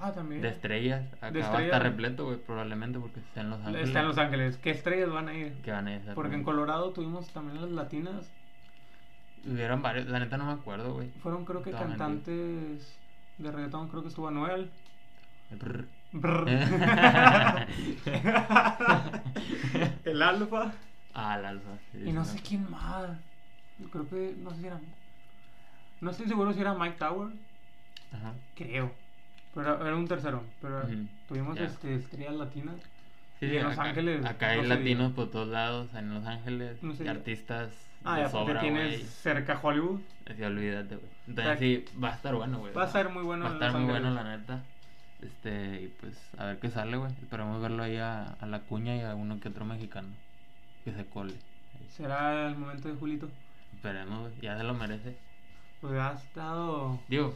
ah también
De estrellas. Acá
De
va a estar
estrellas.
repleto, güey, probablemente porque está en Los Ángeles.
está en Los Ángeles, ¿qué estrellas van a ir?
Que van a estar
Porque en
como-
Colorado tuvimos también las latinas,
Hubieron varios, la neta no me acuerdo, güey.
fueron creo que
Estaban en
cantantes de reggaetón, creo que estuvo Anuel.
Brr.
Brr. el Alfa
Ah, la alfa. sí,
y no
sí,
sé quién más. Creo que no sé si era no estoy seguro si era Mike Tower,
Ajá.
creo. Pero era un tercero, pero
Ujú,
tuvimos
ya.
este, estrellas latinas.
Sí,
Y
sí,
en Los
acá,
Ángeles,
Acá hay
no se
latinos
diga.
por todos lados, en Los Ángeles.
No se
y
diga.
artistas.
Ah,
de
y aparte
sobra,
tienes
güey.
cerca Hollywood.
Así, olvídate, güey.
sea,
Entonces sí, va a estar bueno, güey.
va a estar muy bueno
Va a
en
estar
Los
muy bueno, la
Ángeles.
neta. Este, y pues, a ver qué sale, güey. Esperemos verlo ahí a, a la cuña y a uno que otro mexicano. Que se cole. Ahí.
Será el momento de Julito.
Esperemos, güey. Ya se lo merece.
Pues ha estado.
Digo.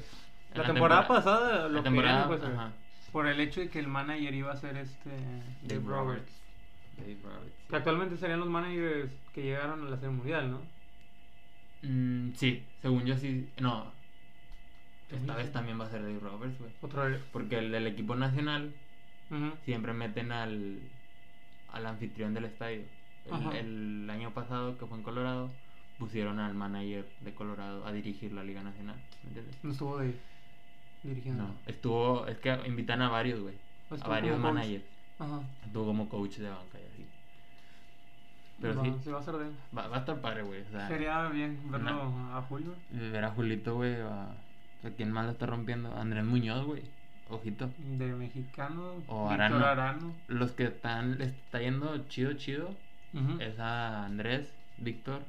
en
La temporada pasada
La
lo
temporada.
querían, pues, eh,
ajá.
por el hecho de que el manager iba a ser este Dave,
Dave
Roberts.
Roberts. Dave Roberts, sí.
Que actualmente serían los managers que llegaron a la serie mundial, ¿no?
Mm, sí, según yo sí. No, esta
Según
vez
yo.
también va a ser Dave Roberts, güey.
Otra vez.
Porque el del equipo nacional
Ujú.
siempre meten al, al anfitrión del estadio.
Ajá.
El, el año pasado, que fue en Colorado, pusieron al manager de Colorado a dirigir la Liga Nacional. ¿Me entiendes?
No estuvo de dirigiendo.
No, estuvo. Es que invitan a varios, güey.
O
A
Pues estuvo
varios
como coach.
managers.
Ajá.
Estuvo como coach de banca y así. Pero
va,
sí,
se va a hacer de él.
va, va a estar padre, güey. O sea,
Sería bien verlo a Julio.
Ver a Julito, güey, a... o sea, ¿Quién más la está rompiendo? Andrés Muñoz, güey. Ojito.
De mexicano.
O
Víctor
Arano.
Arano.
Los que están, les está yendo chido, chido.
Ujú.
Es a Andrés, Víctor.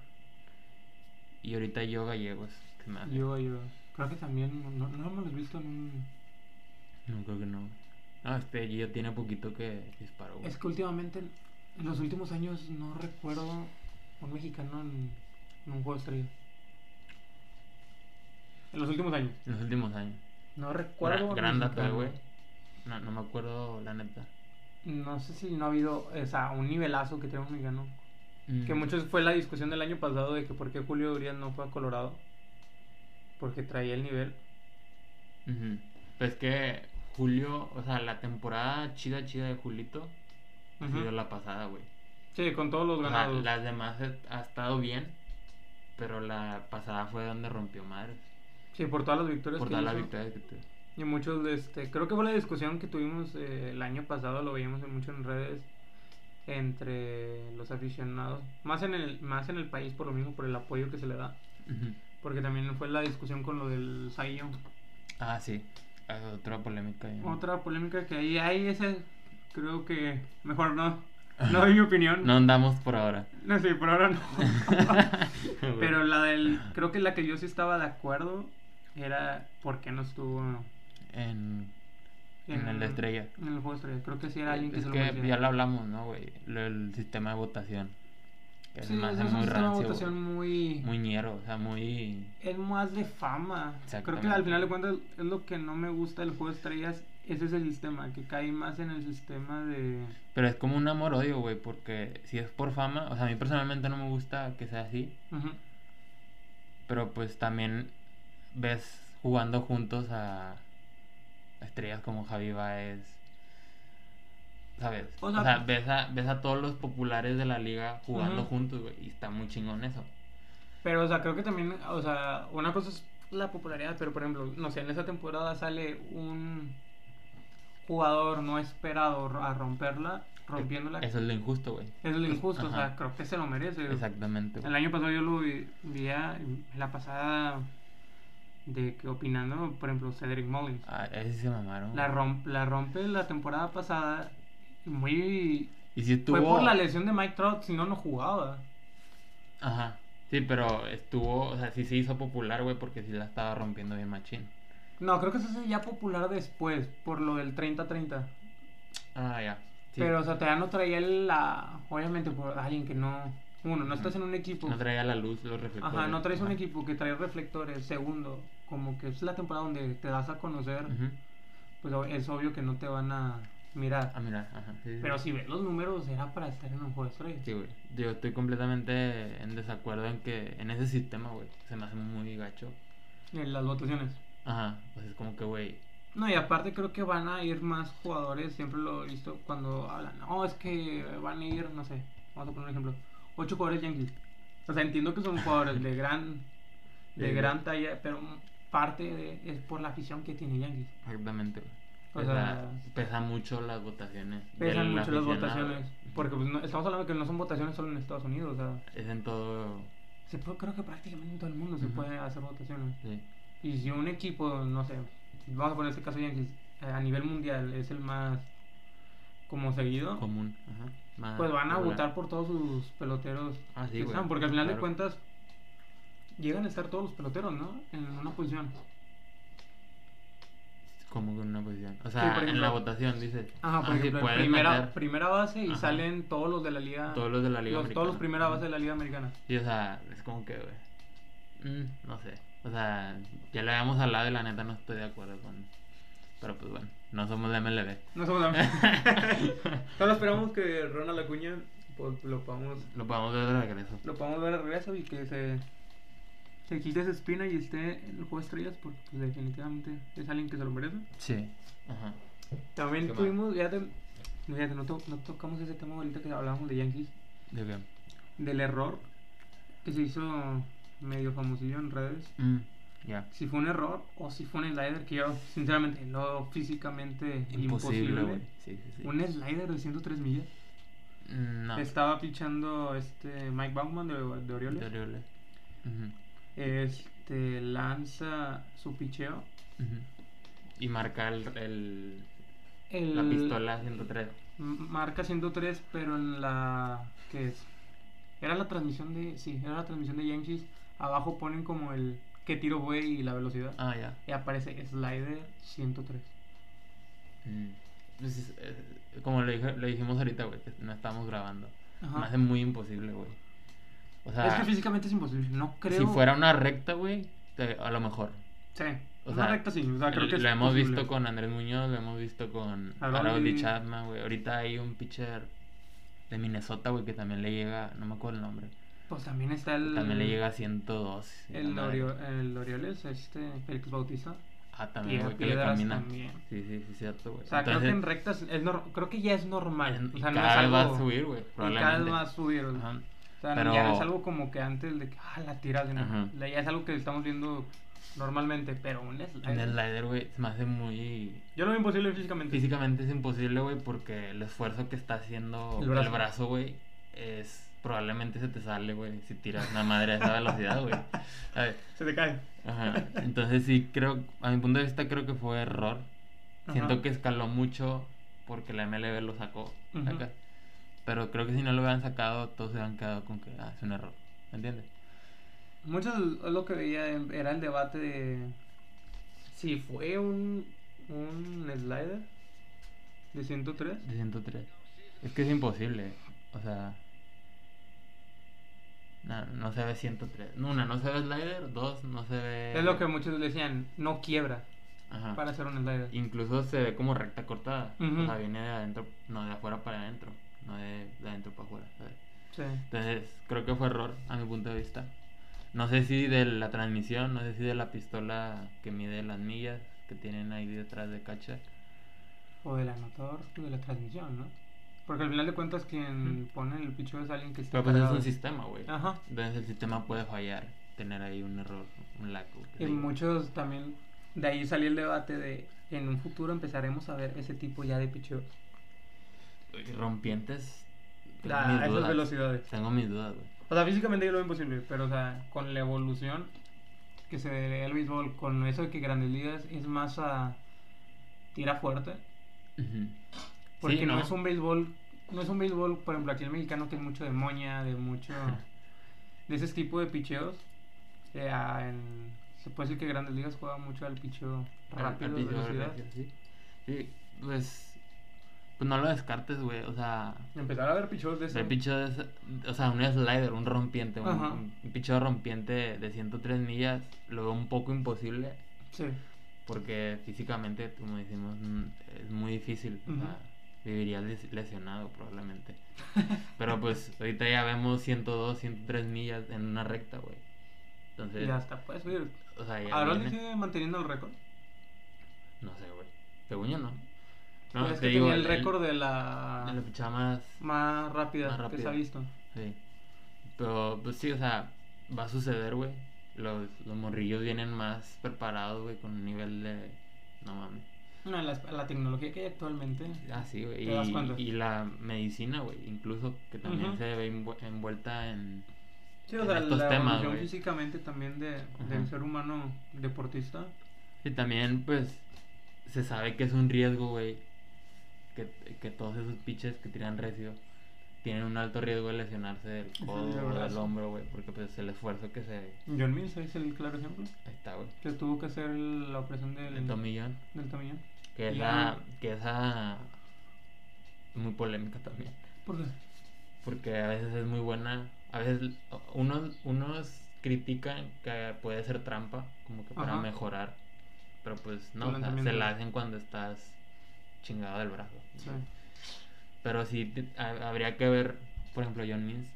Y ahorita yo, Gallegos. que me hace.
Yo, yo. Creo que también. No, no hemos visto en un.
No creo que no. No, este Gio tiene poquito que disparó, güey.
Es que últimamente, en los últimos años, no recuerdo un mexicano en, en un juego estrella. En los últimos años.
En los últimos años.
No recuerdo.
Gra-
un
gran data,
mexicano.
güey. No, no me acuerdo, la neta.
No sé si no ha habido, o sea, un nivelazo que tenemos mexicano.
Mm.
Que muchos fue la discusión del año pasado de que por qué Julio Urias no fue a Colorado. Porque traía el nivel.
Ujú. Pues que Julio, o sea, la temporada chida, chida de Julito ha
Ujú.
sido la pasada, güey.
Sí, con todos los
O sea,
ganados.
las demás he- ha estado bien, pero la pasada fue donde rompió madres.
Sí, por todas las victorias
Por
que
todas las
hizo.
victorias que tuvo.
Y muchos de este, creo que fue la discusión que tuvimos eh, el año pasado, lo veíamos en mucho en redes entre los aficionados, más en el más en el país por lo mismo por el apoyo que se le da,
Ujú.
porque también fue la discusión con lo del Cy Young.
Ah, sí. Ah, Otra polémica. ya.
Otra polémica que ahí hay ese creo que mejor no no doy mi opinión.
No andamos por ahora.
No sé, por ahora no. Pero la del creo que la que yo sí estaba de acuerdo era por qué no estuvo
En, En el de estrella.
En el juego de estrella. Creo que sí era alguien que
es
se lo
que
merecía.
ya lo hablamos, ¿no, güey? Lo- El sistema de votación. Que se
Sí,
me
es
hace
un
muy
sistema de
rancio. güey.
votación muy...
Muy ñero, o sea, muy.
Es más de fama. Creo que
Exactamente.
al final de cuentas es lo que no me gusta del juego de estrellas. Ese es el sistema, que cae más en el sistema de...
Pero es como un amor-odio, güey, porque si es por fama, o sea, a mí personalmente no me gusta que sea así,
Ujú.
pero pues también ves jugando juntos a estrellas como Javi Baez, ¿sabes?
O
O
sea-
sea, ves, a, ves a todos los populares de la liga jugando
Ujú.
juntos, güey, y está muy chingón eso.
Pero, o sea, creo que también, o sea, una cosa es la popularidad, pero por ejemplo, no sé, en esa temporada sale un jugador no esperado ro- a romperla, rompiéndola.
Eso es lo injusto, güey.
es lo injusto, o sea,
Ajá.
creo que se lo merece.
Exactamente,
El
güey.
año pasado yo lo vi, vi a- en la pasada de que opinando, por ejemplo, Cedric Mullins.
Ah, ese se mamaron.
La,
güey.
romp, la rompe la temporada pasada muy...
Y si estuvo...
Fue por la lesión de Mike Trout, si no, no jugaba.
Ajá. Sí, pero estuvo, o sea, sí se hizo popular, güey, porque sí la estaba rompiendo bien machín.
No, creo que se hace ya popular después, por lo del 30-30.
Ah, ya. Sí.
Pero, o sea, todavía no traía la. Obviamente, por alguien que no. Uno, no estás en un equipo.
no traía la luz, los reflectores.
Ajá, no traes un equipo que trae reflectores. Segundo, como que es la temporada donde te das a conocer,
Ujú.
pues o- es obvio que no te van a mirar.
Ah, mira, ajá. Sí, sí,
Pero
sí.
si ves los números, era para estar en un juego de estrellas.
Sí, güey. Yo estoy completamente en desacuerdo en que en ese sistema, güey, se me hace muy gacho.
En las votaciones.
Ajá. Pues es como que, güey,
No, y aparte creo que van a ir más jugadores. Siempre lo he visto cuando hablan. Oh, es que van a ir, no sé. Vamos a poner un ejemplo. Ocho jugadores Yankees. O sea, entiendo que son jugadores de gran, de
Sí.
gran talla, pero parte de, es por la afición que tiene Yankees.
exactamente, güey.
O
Pesa,
sea,
pesa mucho las votaciones.
Pesan
del
mucho las
aficionado.
votaciones. Porque pues, no- estamos hablando que no son votaciones solo en Estados Unidos. O sea,
Es en todo.
se puede- creo que prácticamente en todo el mundo se
Ujú.
puede hacer votaciones.
Sí.
Y si un equipo, no sé, vamos a poner este caso Yankees, eh, a nivel mundial es el más como seguido,
Común. Ajá. Más
pues van a
regular.
votar por todos sus peloteros
Ah,
que
sí, güey.
están, porque al final de
Claro.
cuentas llegan a estar todos los peloteros, ¿no? En una posición.
Como que en una posición. O sea,
Sí, por
en la
ejemplo.
votación dices.
Ajá, por
ah, sí,
ejemplo, en
puedes
primera,
meter
primera base y
Ajá.
salen todos los de la liga,
todos los de la Liga
los- todos los
Americana.
primera base de la liga americana.
Y o sea, es como que, güey. mm, no sé. O sea, ya le habíamos hablado y la neta no estoy de acuerdo con. Pero pues bueno, no somos de MLB.
No somos la Solo esperamos que Ronald Acuña pues, lo podamos
Lo podemos ver de regreso.
lo podamos ver al regreso y que se, se quite esa espina y esté en el juego de estrellas porque pues, definitivamente es alguien que se lo merece.
Sí. Ajá.
También
¿Qué más?
tuvimos, ya te- fíjate, no, to- no tocamos ese tema ahorita que hablábamos de Yankees,
¿De qué?
del error que se hizo medio famosillo en redes.
Mm, ya.
Si fue un error o si fue un slider, que yo sinceramente lo físicamente imposible.
Imposible, güey. Sí, sí, sí.
Un slider de 103 millas.
Mm, No.
Estaba pichando este Mike Bauman de, de Orioles.
De Orioles. Ujú,
Este lanza su picheo.
ujú. Y marca el, el-
El-
la pistola 103.
m- Marca 103, pero en la. ¿Qué es? Era la transmisión de. Sí, era la transmisión de Yankees. Abajo ponen como el. ¿Qué tiro fue y la velocidad?
Ah, ya.
Y aparece Slider 103.
Mm. Pues, es- es- como lo, dije- lo dijimos ahorita, güey, que no estábamos grabando.
Ajá.
Me hace muy imposible, güey. O sea,
es que físicamente es imposible. No creo.
si fuera una recta, güey, te- a lo mejor.
Sí.
o
una
sea,
recta sí. O sea, creo que es
lo hemos
posible.
visto con Andrés Muñoz, lo hemos visto con
Aroldi.
Aroldi Chapman, güey. Ahorita hay un pitcher de Minnesota, güey, que también le llega, no me acuerdo el nombre,
Pues también está el.
también le llega a 102. y
El,
la madre.
Orio- el Orioles, este. Félix Bautista.
Ah, también,
Piedra-
güey, que le
Piedras
camina.
también.
Sí, sí, sí, cierto, güey.
O sea, creo que en
Entonces,
rectas. Es nor- creo que ya es normal.
en-
O sea,
y
no es
cada vez
algo.
va a subir, güey,
Y cada vez
probablemente.
va a subir. o sea,
Ajá.
O sea,
Pero-
ya no es algo como que antes de que, ah, la tiras. ¿no?
Ajá.
La- Ya es algo que estamos viendo normalmente, pero un slider.
En el slider, güey, se me hace muy...
Yo lo veo imposible físicamente.
Físicamente es imposible, güey, porque el esfuerzo que está haciendo
El
el
brazo.
brazo, güey, es... Probablemente se te sale, güey, si tiras una madre a esa velocidad, güey. ¿Sabes?
Se te cae.
Ajá. Entonces sí, creo, a mi punto de vista creo que fue error.
Ajá.
Siento que escaló mucho porque la MLB lo sacó.
Ujú.
acá. Pero creo que si no lo hubieran sacado, todos se han quedado con que ah, es un error. ¿Me entiendes?
Mucho de lo que veía en- era el debate de si fue un, un slider de 103.
De 103. Es que es imposible. O sea. No, no se ve 103. Una, no se ve slider. Dos, no se ve.
Es lo que muchos le decían, no quiebra
Ajá.
para hacer un slider.
Incluso se ve como recta cortada.
Ujú.
O sea, viene de adentro. No, de afuera para adentro. No de, de adentro para afuera. ¿sabes?
Sí.
Entonces, creo que fue error a mi punto de vista. No sé si de la transmisión, no sé si de la pistola que mide las millas que tienen ahí detrás de Cacha.
O del anotador o de la transmisión, ¿no? Porque al final de cuentas quien pone el picho es alguien que está
Pero pues es
cargado.
un sistema, güey.
Ajá.
Entonces el sistema puede fallar, tener ahí un error, un lag. güey, que
Y
te digo.
muchos también, de ahí salió el debate de en un futuro empezaremos a ver ese tipo ya de picheos.
Y Rompientes. tengo
Ah, a
mis
esas
dudas.
velocidades.
Tengo mis dudas, güey.
O sea, físicamente yo lo veo imposible, pero o sea, con la evolución que se ve al béisbol, con eso de que Grandes Ligas es más a tira fuerte,
Ujú.
porque
Sí,
no.
¿no?
es un béisbol, no es un béisbol, por ejemplo, aquí el mexicano que es mucho de moña, de mucho de ese tipo de picheos. eh, ah, en- se puede decir que Grandes Ligas juega mucho al picheo
Al- al
rápido,
piso,
velocidad.
rápido, sí. Sí, pues. Pues no lo descartes, güey. O sea,
Empezar a ver picheos de ese.
El picho es, o sea, un slider, un rompiente, un,
Pues Ajá.
un picho rompiente de 103 millas, lo veo un poco imposible
Sí.
porque físicamente, como decimos, mm, es muy difícil. o
Ujú.
sea, viviría les- lesionado probablemente. Pero pues ahorita ya vemos 102, 103 millas en una recta, güey. Entonces,
Y hasta puedes subir.
o sea, ya
pues, Aaron
viene-
sigue manteniendo el récord.
No sé, güey. Según yo no.
No,
No,
Pues es
Ah,
que
te digo,
tenía el récord de la
de la pichada más
más rápida
Más
que se
rápida.
ha visto.
Sí. Pero, pues sí, o sea, va a suceder, güey. Los, los morrillos vienen más preparados, güey, con un nivel de. No mames.
No, la, la tecnología que hay actualmente.
Ah, sí, güey.
Te das cuenta.
Y, y la medicina, güey, incluso, que también
Ujú.
se ve envu- envuelta en.
Sí, o
en
sea,
estos
la
temas,
evolución
güey.
físicamente también de, del
Ajá.
ser humano deportista.
Y también, pues, se sabe que es un riesgo, güey. Que, que todos esos pitches que tiran recio tienen un alto riesgo de lesionarse del
Sí, de
codo o del
brazo.
hombro, güey. Porque, pues, el esfuerzo que se.
John Mills es el claro ejemplo.
Ahí está, güey.
Que tuvo que hacer la operación del,
El tomillón.
del tomillón. Ya.
Que esa, que esa muy polémica también.
¿Por qué?
Porque a veces es muy buena. A veces unos, unos critican que puede ser trampa, como que para
Ajá.
mejorar. Pero pues no,
Tu
o sea,
lanzamiento.
se la hacen cuando estás chingado del brazo.
Sí.
Pero sí te- ha- habría que ver, por ejemplo, John Means,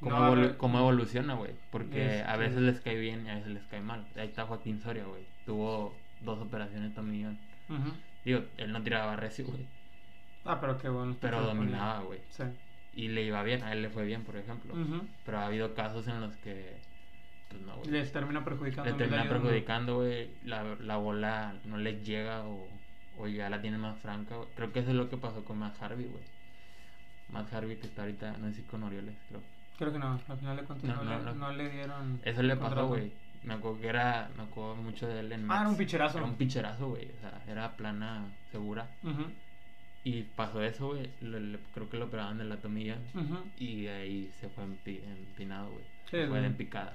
cómo,
No, a
evolu-
ver.
cómo evoluciona, güey. Porque a
Este.
veces les cae bien y a veces les cae mal. Ahí está Joaquín Soria, güey. Tuvo dos operaciones también.
Ujú.
Digo, él no tiraba recio, güey.
Ah, pero qué bueno.
Pero
Sí,
dominaba, güey.
Sí.
Y le iba bien, a él le fue bien, por ejemplo.
Ujú.
Pero ha habido casos en los que, pues no, güey.
Les termina perjudicando.
Le
en vez de
termina
ayudando.
perjudicando, güey. La, la bola no les llega o, o ya la tienen más franca, güey. Creo que eso es lo que pasó con Matt Harvey, güey. Matt Harvey que está ahorita, no sé si con Orioles, creo.
Creo que no, al final de cuentas no,
No, no,
le,
no.
no le dieron.
Eso le pasó,
contrato.
güey. Me acuerdo que era, me acuerdo mucho de él en
Ah, era un
Mets.
picherazo.
Era un picherazo, güey. O sea, era plana, segura.
Ujú,
Y pasó eso, güey. Lo- lo- Creo que lo operaban de la tomilla.
ujú.
Y de ahí se fue empi- empinado, güey.
Sí,
Se fue de
güey.
picada.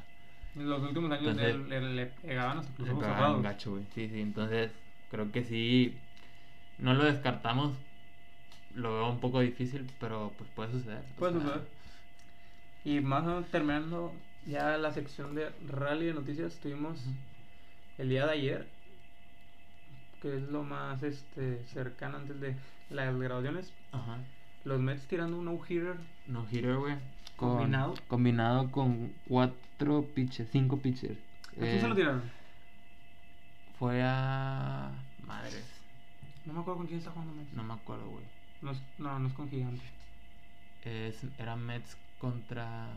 En los últimos años
Entonces-
él- él le pegaban hasta
Se
los ojos
pegaba un
cerrados.
gacho, güey. Sí, sí. Entonces, creo que sí. No lo descartamos. Lo veo un poco difícil, pero pues puede suceder. o
Puede
sea,
suceder. Y más o menos terminando ya la sección de rally de noticias, tuvimos
Ujú.
el día de ayer, que es lo más este cercano antes de las grabaciones,
Ajá.
los Mets tirando un no-hitter.
No hitter, güey. con-
Combinado.
Combinado con cuatro pitches, cinco pitches.
¿A quién
Eh,
se lo tiraron?
Fue a. Madres.
No me acuerdo con quién está jugando Mets.
No me acuerdo, güey.
No, es- no, no es con Gigante.
Es, era Mets contra.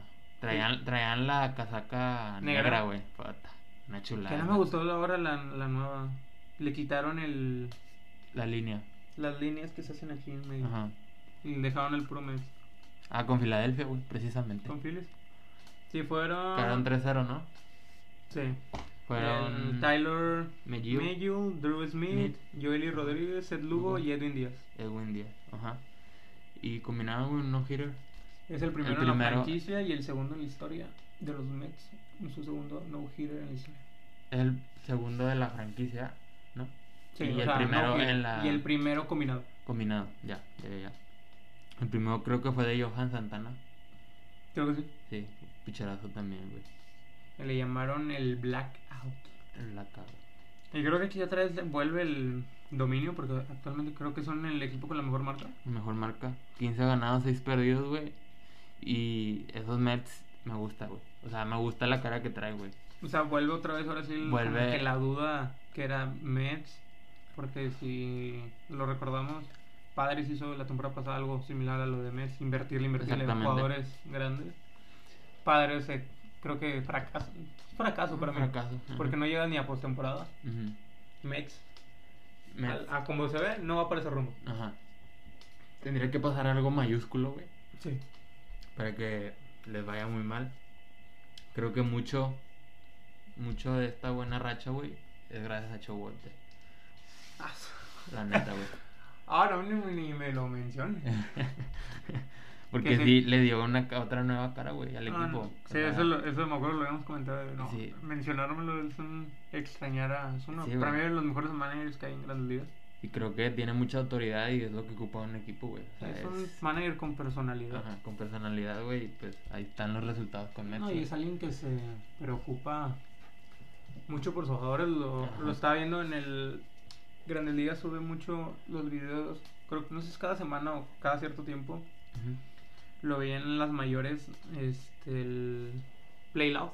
Traían, traían la casaca
Negra.
negra, güey. Puta, Una chulada.
Que no me gustó ahora la, la nueva. Le quitaron el,
La línea.
las líneas que se hacen aquí en medio.
Ajá.
Y dejaron el puro Mets.
Ah, con Filadelfia, güey, precisamente.
¿Con Phillies? Sí, fueron.
Quedaron 3-0, ¿no?
Sí.
Fueron.
El Tyler
Mejiu.
Mejiu, Drew Smith, Joely Rodríguez, Seth Lugo
Lugo.
y Edwin Díaz.
Edwin Díaz. Ajá. Y combinaron, güey, un no-hitter.
Es el primero, en la
primero.
franquicia y el segundo en la historia de los Mets. Su segundo no-hitter en la historia.
El segundo de la franquicia, ¿no?
Sí,
y
o
el
sea, no,
primero
y,
en la-
y el primero combinado.
Combinado, ya, ya, ya, ya. El primero creo que fue de Johan Santana.
Creo que sí.
Sí, picharazo también, güey.
Le llamaron el blackout.
En la cara.
Y creo que aquí otra vez vuelve el dominio porque actualmente creo que son el equipo con la mejor marca.
Mejor marca. 15 ganados, 6 perdidos, güey. Y esos Mets me gusta, güey. O sea, me gusta la cara que trae, güey.
O sea, vuelve otra vez ahora sí el- como
Vuelve.
que la duda que era Mets. Porque si lo recordamos, Padres hizo la temporada pasada algo similar a lo de Mets, invertirle, invertirle en
Exactamente.
jugadores grandes. Padres eh, creo que fracaso, fracaso para mí.
Fracaso, ajá.
Porque no llega ni a postemporada.
Ujú.
Mets,
Mets.
A, a como se ve, no va para ese rumbo.
Ajá. Tendría que pasar algo mayúsculo, güey.
Sí.
para que les vaya muy mal. Creo que mucho, mucho de esta buena racha, güey, es gracias a Chowote.
Ah,
La neta, güey.
Ahora ni, Ah, ni me lo menciones.
Porque
Que se-
sí, le dio una ca- otra nueva cara, güey, al
Ah,
equipo.
no.
O
Sí,
sea,
eso, lo- eso me acuerdo, lo habíamos comentado. No,
Sí.
Mencionármelo es un extrañar a. Es uno,
Sí,
para mí,
güey.
de los mejores managers que hay en Grandes Ligas.
Y creo que tiene mucha autoridad y es lo que ocupa un equipo, güey. O sea,
es un
es-
manager con personalidad.
ajá, con personalidad, güey, y pues ahí están los resultados con Mets.
No, y
güey.
es alguien que se preocupa mucho por sus jugadores. Lo,
Ajá.
lo estaba viendo en el Grandes Ligas, sube mucho los videos. Creo que no sé si es cada semana o cada cierto tiempo.
Ujú.
Lo veía en las mayores, este, el Play Loud.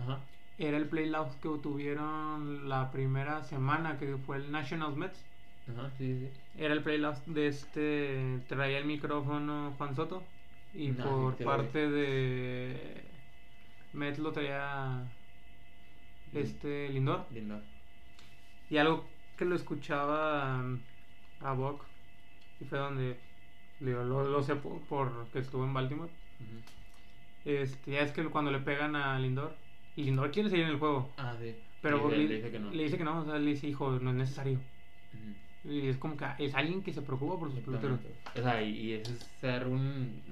Ajá.
era el playoff que tuvieron la primera semana que fue el National Mets.
Ajá, sí, sí.
Era el playoff de este traía el micrófono Juan Soto y
No,
por
sí,
parte de Mets lo traía
Lin-
este Lindor
Lindo.
y algo que lo escuchaba mm, a Bock y fue donde digo, lo, lo sé por, porque estuvo en Baltimore.
Ujú.
Este, ya es que cuando le pegan a Lindor, Lindor quiere seguir en el juego,
Ah, sí.
Pero pues le,
Sí, le, le dice que no.
le dice que no, o sea, le dice, hijo, no es necesario.
Ujú.
Y es como que es alguien que se preocupa por sus peloteros.
Exactamente. O sea, y, y eso es ser un.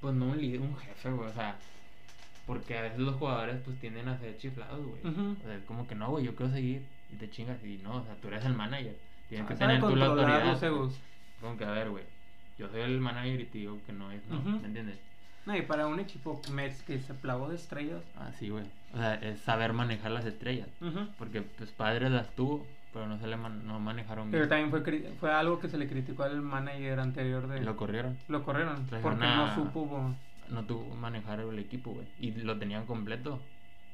Pues no un líder, un jefe, güey. O sea, porque a veces los jugadores pues tienden a ser chiflados, güey.
Ujú.
O sea, es como que no, güey, yo quiero seguir y te chingas. Y no, o sea, tú eres el manager. Tienes que
Sabe
tener tú la
controlar
autoridad.
los egos.
Como que, a ver, güey, yo soy el manager y te digo que no es, no,
Ujú.
¿me entiendes?
No, y para un equipo Mets que se plagó de estrellas.
Ah, sí, güey. O sea, es saber manejar las estrellas.
ujú,
Porque, pues, padres las tuvo, pero no se le man- no manejaron
Pero
bien.
también fue, cri- fue algo que se le criticó al manager anterior de...
Lo corrieron.
lo corrieron
Trajeron
porque
a-
no supo bo-
no tuvo manejar el equipo, güey. Y lo tenían completo.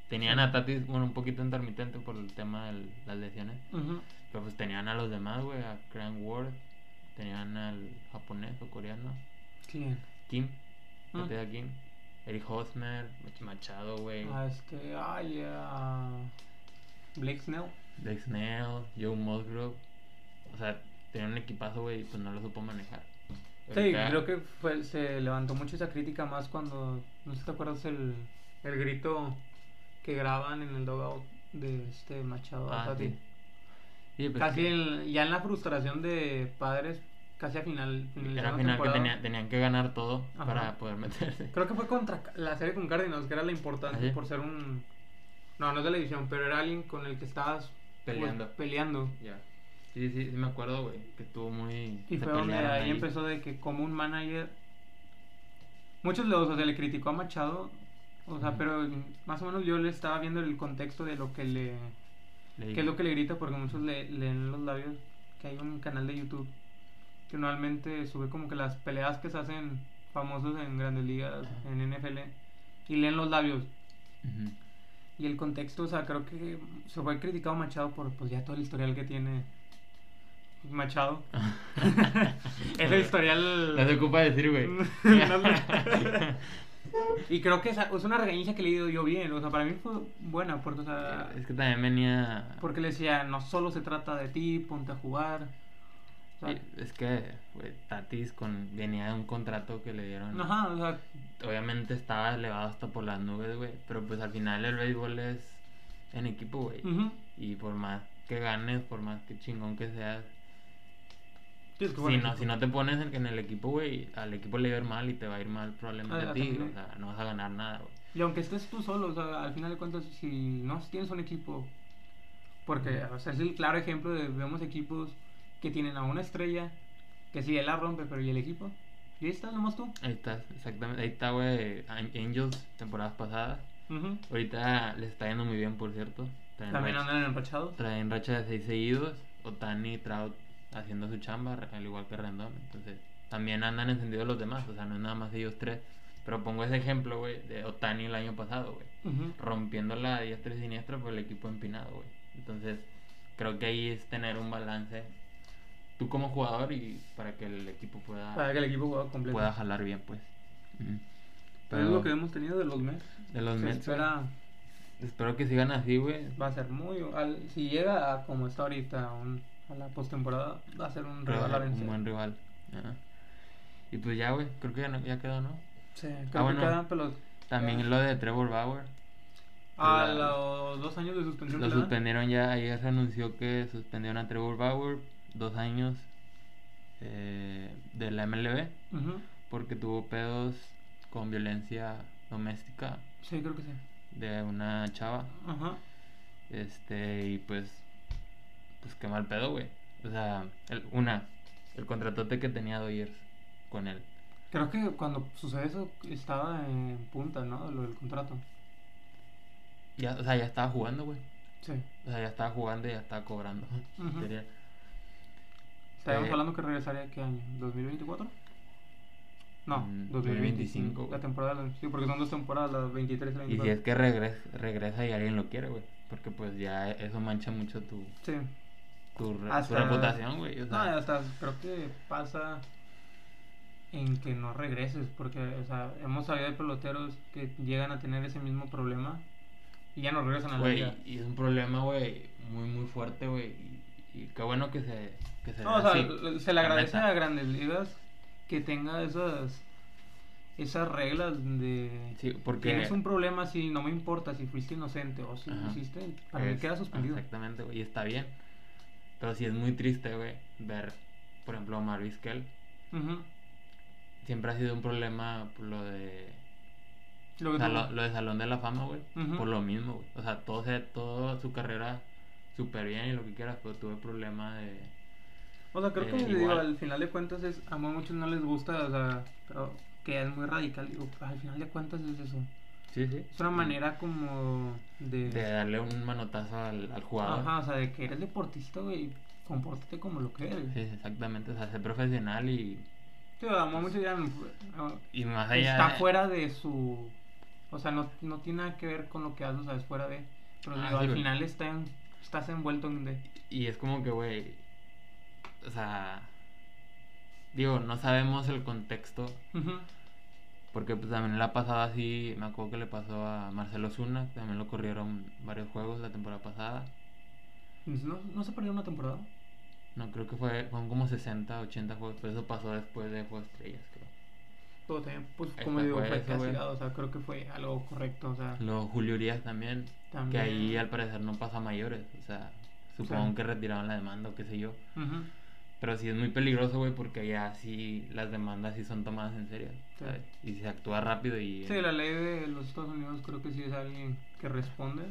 Tenían
Sí.
a Tati, bueno, un poquito intermitente por el tema de las lesiones.
ujú,
Pero pues tenían a los demás, güey, a Crank Ward. Tenían al japonés o coreano.
quién
Kim.
Mm.
Tati de Kim. Eric Hosmer. Machado, güey.
A este ay a Blake Snell
Blake Snell. Joe Musgrove. O sea, tenían un equipazo, güey, y pues no lo supo manejar.
sí
Ahorita-
creo que fue- se levantó mucho esa crítica más cuando no sé si te acuerdas el, el grito que graban en el dugout de este Machado a
Ah,
Tati.
sí. Sí, pues,
casi
que-
en- ya en la frustración de padres, casi a final. finalizando
Era
la
final que
temporada.
tenía- tenían que ganar todo
Ajá.
para poder meterse.
Creo que fue contra Ca- la serie con Cardinals, que era la importante
¿Ah, sí?
por ser un. No, no es de la división, pero era alguien con el que estabas pues,
Peleando.
peleando.
Ya. Sí, sí, sí me acuerdo, güey. Que estuvo muy.
Y
se
fue donde
pelearon
ahí empezó de que como un manager. Muchos de los, o sea, le criticó a Machado. O sea,
Ujú.
pero más o menos yo le estaba viendo el contexto de lo que le
Le
¿Qué
dije,
es lo que le grita? Porque muchos le leen los labios. Que hay un canal de YouTube que normalmente sube como que las peleas que se hacen famosos en grandes ligas,
Ajá.
en NFL, y leen los labios.
Ujú.
Y el contexto, o sea, creo que se fue criticado Machado por pues ya todo el historial que tiene Machado. es el historial.
No se ocupa decir, güey.
No, no. y creo que esa- es una regañiza que le dio yo bien. O sea, para mí fue buena, porque, o sea,
es que también venía.
porque le decía, no solo se trata de ti, ponte a jugar. O sea,
Sí, Es que, güey, Tatis con... venía de un contrato que le dieron.
Ajá, o sea,
Obviamente estaba elevado hasta por las nubes, güey. Pero pues al final el béisbol es en equipo, güey.
ujú.
Y por más que ganes, por más que chingón que seas.
Sí, es que
si,
bueno,
no, si no te pones en, en el equipo, güey, al equipo le va a ir mal y te va a ir mal probablemente
Ah,
a ti.
también.
O sea, no vas a ganar nada, güey.
Y aunque estés tú solo, o sea, al final de cuentas, si no tienes un equipo Porque o sea, es el claro ejemplo de vemos equipos que tienen a una estrella, que sí, él la rompe, pero ¿y el equipo? Y ahí estás, nomás tú.
Ahí está, exactamente. Ahí está, güey. An- Angels, temporadas pasadas.
Ujú.
Ahorita les está yendo muy bien, por cierto. Traen
También
racha,
andan enrachados.
traen racha de seis seguidos. Otani, Trout haciendo su chamba, al igual que Rendón. Entonces, también andan encendidos los demás. O sea, no es nada más ellos tres. Pero pongo ese ejemplo, güey, de Otani el año pasado, güey.
Ujú.
rompiendo la diestra y siniestra por el equipo empinado, güey. Entonces, creo que ahí es tener un balance tú como jugador y para que el equipo
Para
pueda,
que el equipo juega completo.
Ah. pueda jalar bien, pues. Ujú.
Pero es lo que hemos tenido de los Mets.
de los
Se
Mets,
espera,
güey, espero que sigan así, güey.
va a ser muy. al- si llega a como está ahorita a un- a la postemporada, va a ser un
Rival,
rival a
un
vencer.
buen rival. Ajá. Y pues ya, güey, creo que ya, no- ya quedó, ¿no?
Sí, creo
Ah, bueno.
que quedan pelos.
También lo de Trevor Bauer.
A
la-
los dos años de suspensión.
Lo
¿verdad?
suspendieron ya, ayer se anunció que suspendieron a Trevor Bauer dos años eh, de la MLB.
Ujú.
porque tuvo pedos con violencia doméstica
Sí, creo que sí.
de una chava.
Ajá.
Este, y pues, pues qué mal pedo, güey. O sea, el- una, el contratote que tenía Doyers con él.
Creo que cuando sucede eso estaba en punta, ¿no? Lo del contrato.
Ya, o sea, ya estaba jugando, güey.
Sí.
O sea, ya estaba jugando y ya estaba cobrando. en
Ujú.
teoría.
Estábamos
Eh,
hablando que regresaría qué año, 2024? No,
Mm,
2025.
2025,
La
güey.
temporada, sí, porque son dos temporadas, las 23 y la
Y si
24.
es que regres- regresa y alguien lo quiere, güey. Porque pues ya eso mancha mucho tu,
Sí.
tu, re- tu
Hasta-
reputación, güey. O
No,
sea,
hasta creo que pasa en que no regreses, porque o sea, hemos sabido de peloteros que llegan a tener ese mismo problema y ya no regresan a la
Güey,
liga.
y es un problema, güey, muy, muy fuerte, güey. Y, y qué bueno que se, que se
No, o
vea
sea,
así,
l- se le
la
agradece
neta.
a Grandes Ligas que tenga esas esas reglas de
Sí, porque...
tienes un problema si no me importa si fuiste inocente o si lo
Ajá.
hiciste, para mí
es-
queda suspendido.
Exactamente, güey, y está bien. Pero sí es muy triste, güey, ver, por ejemplo, a Omar Vizquel.
Ujú.
Siempre ha sido un problema por lo de...
Lo que
o sea,
tú-
lo, lo de Salón de la Fama, güey.
Ujú.
Por lo mismo, güey. O sea, todo, se- toda su carrera súper bien y lo que quieras, pero tuve problema de...
O sea, creo
Eh,
que digo,
igual.
al final de cuentas es, a muchos no les gusta, o sea, pero que es muy radical, digo, pero al final de cuentas es eso.
Sí, sí.
Es una manera como de...
Mm. De darle un manotazo al, al jugador.
Ajá, o sea, de que eres deportista, güey, compórtate como lo que eres.
Sí, exactamente, o sea, ser profesional y,
Sí, a muchos ya no-
y más allá.
está
de-
fuera de su... O sea, no, no tiene nada que ver con lo que haces, o sea, es fuera de... Pero digo,
Ah, sí,
al
güey.
final está en- estás envuelto en... De,
Y es como que, güey. O sea. Digo, no sabemos el contexto.
Ujú.
Porque pues, también la pasada así. Me acuerdo que le pasó a Marcelo Zuna. que También lo corrieron varios juegos la temporada pasada.
¿No, ¿No se perdió una temporada?
No, creo que fue fueron como 60, 80 juegos. Pero eso pasó después de Juego de Estrellas, creo.
Todo también, pues
Ahí
como
está,
digo,
fue
fue
eso, güey.
castigado, o sea, creo que fue algo correcto, o sea,
Luego Julio Urias también. Que
también...
ahí al parecer no pasa a mayores. O sea, supongo
Sí.
que retiraron la demanda o qué sé yo.
Ujú.
Pero sí es muy peligroso, güey, porque allá sí las demandas sí son tomadas en serio,
Sí.
¿sabes? Y se actúa rápido y...
Sí, la ley de los Estados Unidos creo que sí es alguien que responde.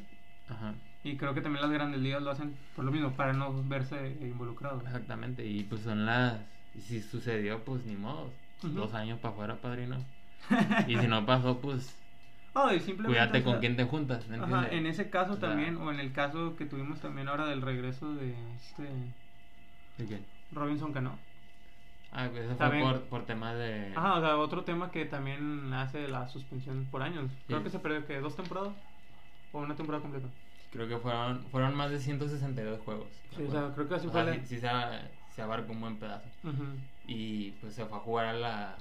Ajá,
Y creo que también las grandes ligas lo hacen por lo mismo, para no verse involucrados.
exactamente. Y pues son las... y Si sucedió, pues ni modo.
Ujú.
Dos años para afuera, padrino. y si no pasó, pues
Ah, y simplemente,
cuídate
o sea,
con quién te juntas, ¿me
Ajá,
entiendes?
en ese caso
O sea,
también, o en el caso que tuvimos también ahora del regreso de este
¿de qué?
Robinson Cano.
Ah, pues eso fue
También-
por, por tema de...
Ajá, o sea, otro tema que también hace la suspensión por años. Creo
Sí.
que se perdió, que ¿Dos temporadas? ¿O una temporada completa?
Creo que fueron fueron más de 162 juegos. me
Sí, o
acuerdo.
sea, creo que así
O
fue
sea,
la-
sí- sí se, se abarcó un buen pedazo.
Ujú.
Y pues se fue a jugar a la...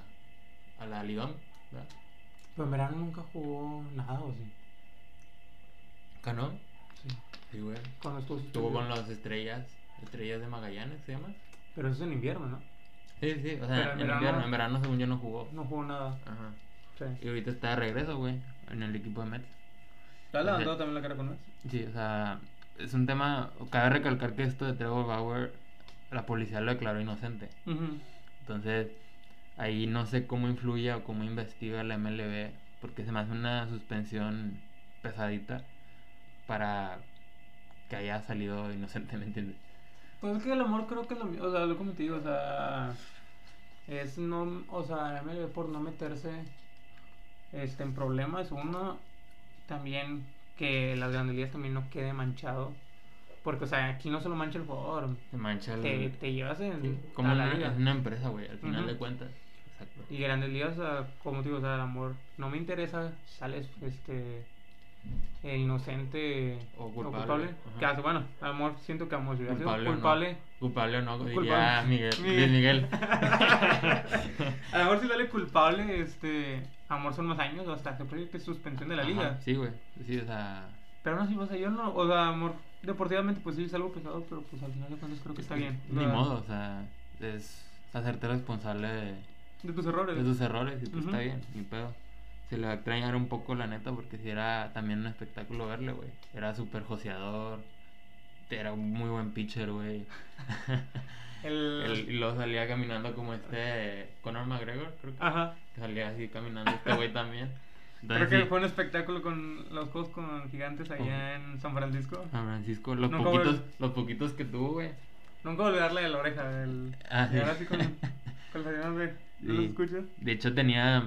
A la Lidón, ¿verdad?
Pero en verano nunca jugó nada, ¿o sí?
Canón.
Sí.
Sí, güey.
Cuando estuvo
Estuvo
suspendido.
con las estrellas, estrellas de Magallanes, ¿se llama?
Pero eso es en invierno, ¿no?
Sí, sí, o
Pero
sea,
en
en
verano-
verano, en verano según yo no jugó.
No jugó nada.
Ajá.
Sí.
Y ahorita está de regreso, güey, en el equipo de Mets.
¿La
has levantado
también la cara con
Sí, o sea, es un tema, cabe recalcar que esto de Trevor Bauer, la policía lo declaró inocente. Entonces, ahí no sé cómo influye o cómo investiga la MLB, porque se me hace una suspensión pesadita para que haya salido inocentemente.
Pues es que el amor creo que es lo mismo, o sea, lo como te digo, o sea, es no, o sea, MLB por no meterse este, en problemas, uno también que las grandes ligas también no quede manchado, porque, o sea, aquí no se lo mancha el jugador,
Se mancha el-
te, te llevas en,
Como
a la
una,
liga.
es una empresa, güey, al final
Ujú.
de cuentas. Exacto.
Y grandes ligas, o sea, como te digo, o sea, el amor no me interesa, sales este el inocente
O
o
culpable,
culpable.
ajá.
Que hace, bueno, amor, siento que amor, si hubiera sido
Culpable o no.
culpable,
Culpable o no, diría
Culpable.
Miguel.
Miguel.
Luis Miguel.
a lo mejor si sale culpable, este amor son más años, o hasta que puede que suspensión de la liga.
Ajá, Sí, güey. Sí, o sea.
Pero no, sí, o sea, yo no, o sea, amor, deportivamente, pues sí es algo pesado, pero pues al final de cuentas creo que está bien.
Ni
o sea,
modo, o sea, es hacerte responsable de,
De tus errores.
de tus errores y pues
Ujú.
está bien, ni pedo. Se le va a extrañar un poco la neta porque si era también un espectáculo verle, güey. Era súper joseador, era un muy buen pitcher, güey.
El-
El- Y luego salía caminando como este Conor McGregor, creo que
Ajá.
salía así caminando este güey también.
Creo
Entonces,
que
sí,
fue un espectáculo con los juegos con gigantes allá en San Francisco.
San Francisco, los
No, como
poquitos,
el-
los poquitos que tuvo, güey.
Nunca olvidarle de la oreja del.
Ah, sí.
Y ahora sí con, con los señores de. ¿No los
Sí.
escuchas?
De hecho tenía,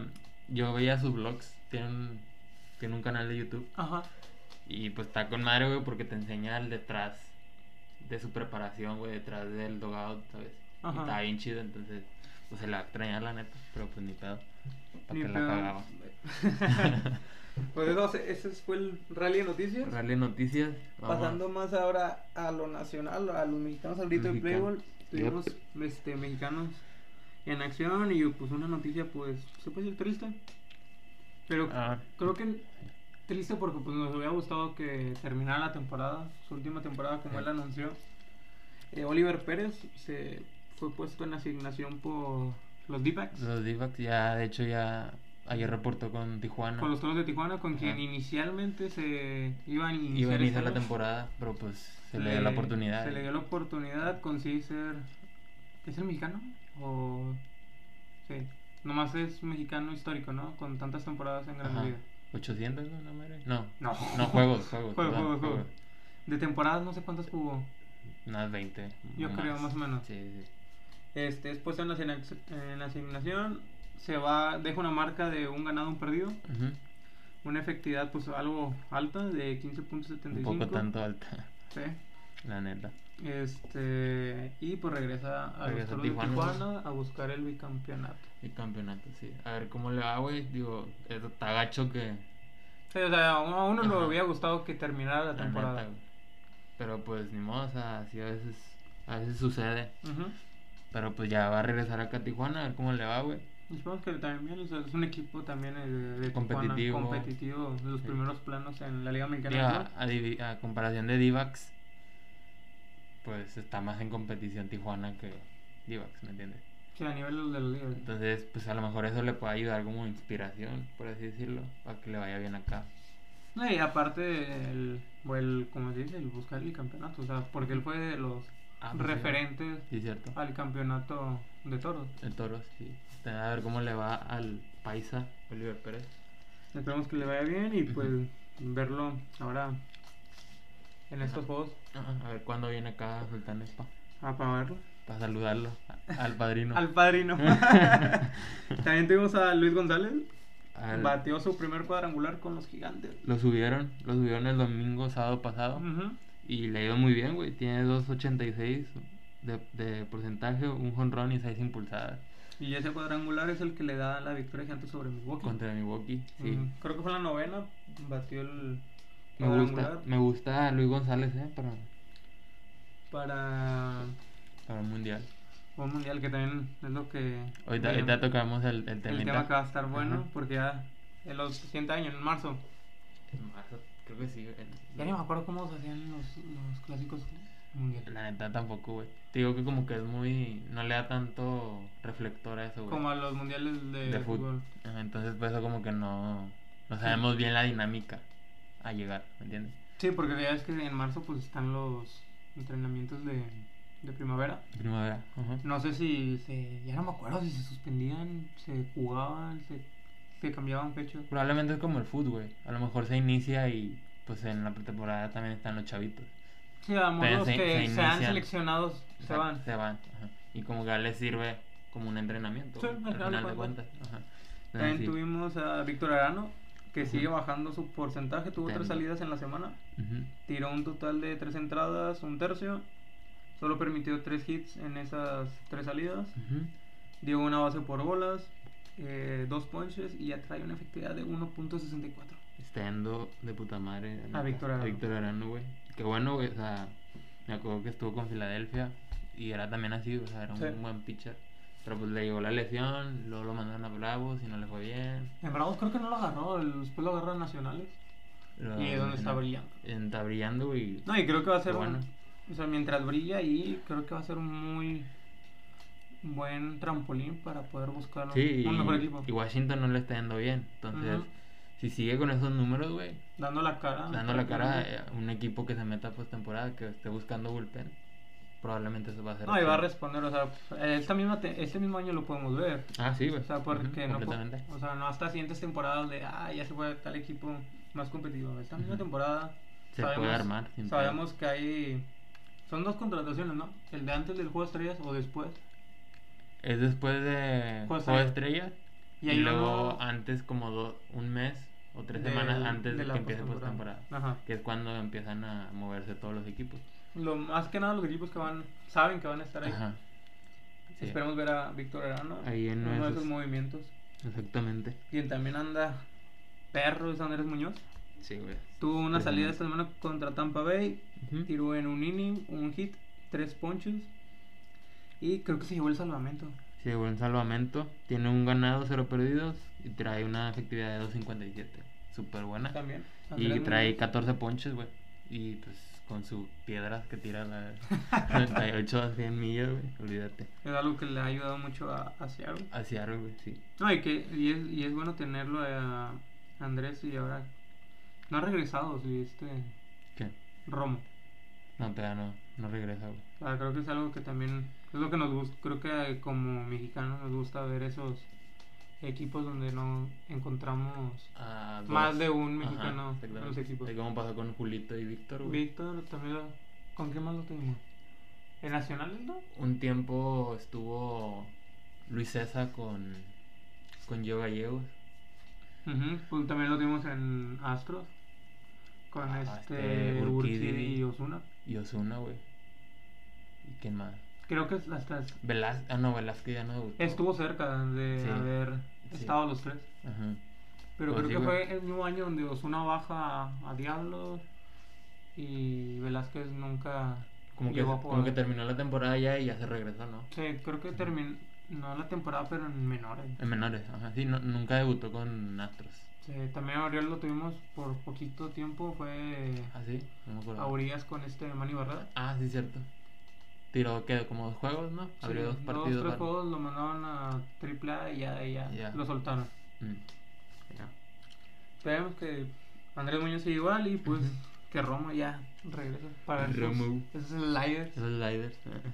yo veía sus vlogs, tiene un, tiene un canal de YouTube.
Ajá.
Y pues está con madre, güey, porque te enseña el detrás de su preparación, güey, detrás del dogado, ¿sabes?
Ajá.
Y está bien chido, entonces, pues se la va a extrañar, la neta, pero pues ni pedo. Para
Ni
que
pedo.
la cagaba.
Pues eso, se- ese fue el rally de noticias.
Rally Noticias. vamos.
Pasando más ahora a lo nacional, a los mexicanos al grito de
Mexicano.
Playboy. Tuvimos este, mexicanos en acción y pues una noticia, pues, se puede decir triste. Pero
Ah.
creo que triste porque pues nos hubiera gustado que terminara la temporada, su última temporada como
Sí.
él anunció. Eh, Oliver Pérez se fue puesto en asignación por los D-Backs,
Los d ya, de hecho, ya ayer reportó con Tijuana.
con los Toros de Tijuana, con
Ajá.
quien inicialmente se iban a iniciar,
Iba a iniciar
este
la
año.
temporada, pero pues se le dio la oportunidad.
Se le dio la oportunidad, consigue ser. ¿Es el mexicano? O. Sí. Nomás es mexicano histórico, ¿no? Con tantas temporadas en Gran
Ajá.
Liga.
800, ¿no, madre? No.
No.
No, juegos, juegos.
Juegos,
perdón,
juegos, juegos. De temporadas no sé cuántas jugó.
Unas 20.
Yo creo, más o menos.
Sí, sí.
Este, después en la, asigna- en la asignación se va, deja una marca de un ganado, un perdido.
Ujú.
Una efectividad, pues algo alta, de 15.75.
Un poco tanto alta,
Sí.
la neta.
Este, y pues regresa a, los
Regresa a
Toros de
Tijuana, ¿no?
Tijuana a buscar el bicampeonato.
El campeonato, sí. A ver cómo le va, güey. Digo, es tagacho que.
Sí, o sea, a uno le
Ajá.
hubiera gustado que terminara la
la neta,
temporada.
güey. Pero pues ni modo, o sea, así a veces, a veces sucede.
Ujú.
Pero pues ya va a regresar acá a Tijuana, a ver cómo le va, güey.
Esperemos que también o sea, es un equipo también eh, de, de Tijuana,
Competitivo.
competitivo, de los
Sí.
primeros planos en la Liga Mexicana.
Digo,
de
a,
Fútbol.
a divi- a comparación de Divax, pues está más en competición Tijuana que Divax, ¿me entiendes?
Sí, a nivel de la Liga.
Entonces, pues a lo mejor eso le puede ayudar como inspiración, por así decirlo, para que le vaya bien acá.
No, y aparte, el, o el, como se dice, el buscar el campeonato, o sea, porque él fue de los
Ah, pues, Ah. sí.
referentes
Sí, cierto.
al campeonato de toros.
El Toros, sí. A ver cómo le va al paisa Oliver Pérez.
Esperemos que le vaya bien y pues
Ujú.
verlo ahora en
Ajá.
estos juegos
Ah, A ver cuándo viene acá a Sultán Espa.
ah, para verlo.
Para saludarlo a- al padrino.
Al padrino. También tuvimos a Luis González.
Al-
Batió su primer cuadrangular con los gigantes.
Lo subieron, lo subieron el domingo, sábado pasado.
Ujú.
Y le ha ido muy bien, güey. Tiene 2.86 de, de porcentaje, un jonrón y 6 impulsadas
Y ese cuadrangular es el que le da la victoria gigante sobre Milwaukee.
contra Milwaukee. Sí.
Mm, Creo que fue en la novena. Batió el
Me gusta,
cuadrangular
me gusta Luis González, ¿eh? Para,
para
para el mundial.
un mundial que también es lo que.
Ahorita, ahorita tocamos el, el
el
temita.
tema que va a estar bueno
Ajá.
porque ya en los siguientes años, en marzo.
En marzo, creo que sí. en-
Ya ni me acuerdo cómo se hacían los, los clásicos mundiales.
La neta tampoco, güey. Te digo que como que es muy... No le da tanto reflector a eso, güey.
Como a los mundiales de,
de
fútbol.
fútbol. Ajá, Entonces, pues eso como que no... No sabemos bien la dinámica a llegar, ¿me entiendes?
Sí, porque ya es que en marzo pues están los entrenamientos de, de primavera.
Primavera. ajá.
No sé si se, ya no me acuerdo si se suspendían, se jugaban, se, se cambiaban fechas.
Probablemente es como el fútbol, güey. A lo mejor se inicia y pues en la pretemporada también están los chavitos.
Sí, vamos,
Pero
los
se- se
que sean
inician.
seleccionados se
Exacto,
van.
Se van. ajá. Y como que a él le sirve como un entrenamiento.
Sí,
güey,
al
al
final de
final de cuentas. Ajá.
También
Entonces, sí.
tuvimos a Víctor Arano, que
Ujú.
sigue bajando su porcentaje, tuvo tres
Ten-
salidas en la semana,
Ujú.
tiró un total de tres entradas, un tercio, solo permitió tres hits en esas tres salidas,
Ujú.
dio una base por bolas, eh, dos ponches y ya trae una efectividad de 1.64.
Está yendo de puta madre. la
A
neta.
Víctor Arano.
A Víctor Arano, güey. Qué bueno, güey. O sea, me acuerdo que estuvo con Filadelfia y era también así, o sea, era un
Sí.
buen pitcher. Pero pues le llegó la lesión, luego lo mandaron a Bravos y no le fue bien.
En Bravos creo que no lo agarró, el- después lo agarró en Nacionales.
Luego
Y es donde
en-
está brillando.
en- Está brillando, güey.
No, y creo que va a ser
Pero
un-
bueno.
O sea, mientras brilla ahí, creo que va a ser un muy buen trampolín para poder buscar
Sí,
un mejor
y-
equipo.
y Washington no le está yendo bien. Entonces,
Ujú. Ah,
si sigue con esos números, güey,
Dando la cara.
dando la cara eh, a un equipo que se meta postemporada, que esté buscando bullpen, probablemente eso va a ser.
No, y va a
opción.
responder, o sea, esta misma te- este mismo año lo podemos ver.
Ah, sí, güey.
O sea, porque
Ujú,
no, po-
completamente.
o sea, no hasta siguientes temporadas de, ah, ya se fue tal equipo más competitivo. Esta misma
Ujú.
temporada
Se puede armar, sin pedo.
sabemos que hay... Son dos contrataciones, ¿no? El de antes del juego de estrellas o después.
Es después de
Juego de Estrella.
Juego de Estrella.
Y
Y,
hay
luego
uno
antes como do- un mes o tres
de-
semanas antes de,
la
que empiece
postemporada.
postemporada.
Ajá.
Que es cuando empiezan a moverse todos los equipos.
Lo, más que nada los equipos que van, saben que van a estar ahí.
Ajá. Sí,
Esperemos ver a Víctor Arano
Ahí en
uno de
esos-
esos movimientos.
Exactamente.
Quien también anda perro es Andrés Muñoz.
Sí, güey.
Tuvo una
Ujú.
salida esta semana contra Tampa Bay.
Ujú.
Tiró en un inning, un hit, tres ponches. Y creo que se llevó el salvamento.
Sí, buen salvamento. Tiene un ganado, cero perdidos. Y trae una efectividad de 2.57. Súper buena.
También.
Y
Andrés
trae
Muñoz.
14 ponches, güey. Y pues con sus piedras que tira la 98 a 100 millas, güey. Olvídate.
Es algo que le ha ayudado mucho a, a Seattle.
Hacia algo, güey, sí.
No, y, que, y, es, y es bueno tenerlo eh, a Andrés y ahora. No ha regresado, sí, este.
¿Qué?
Romo.
No, pero no, no regresa, güey.
O sea, creo que es algo que también es lo que nos gusta. Creo que como mexicanos nos gusta ver esos equipos donde no encontramos
Ah,
Más
dos.
de un
Ajá,
mexicano en
exactamente.
los equipos.
Es como pasó con Julito y Víctor, güey.
Víctor también. lo- ¿Con qué más lo tuvimos? ¿En Nacionales no?
Un tiempo estuvo Luis César con, con Yo Gallegos.
Ujú, pues también lo tuvimos en Astros con
Ah,
este,
este,
Urquidy,
Urquidy.
y Osuna.
Y Osuna, güey. ¿Y quién más?
Creo que hasta es-
Velázquez. Ah, no, Velázquez ya no debutó.
estuvo cerca de
Sí.
haber
Sí.
estado los tres.
Ajá.
Pero
Pues
creo
sí,
que
güey.
fue el mismo año donde Osuna baja a, a Diablo y Velázquez nunca
Como que,
llegó a
como que
jugar.
terminó la temporada ya y ya se regresó, ¿no?
Sí, creo que terminó la temporada, pero en eh. menores.
En menores, ajá. Sí, no- nunca debutó con Astros.
Sí, también a Auriel lo tuvimos por poquito tiempo, fue
¿Ah, sí? No me acuerdo.
a Urias con este Manny Barrera.
Ah, sí, cierto. Tiró, ¿qué? Como dos juegos, ¿no? Abrió
Sí,
dos partidos.
tres
¿vale?
juegos lo mandaron a AAA y ya, ya
Ya.
lo soltaron.
Mm. Ya.
Esperemos que Andrés Muñoz siga igual y pues que Romo ya regrese para ver sus-
Romo.
esos sliders.
Esos sliders. eh.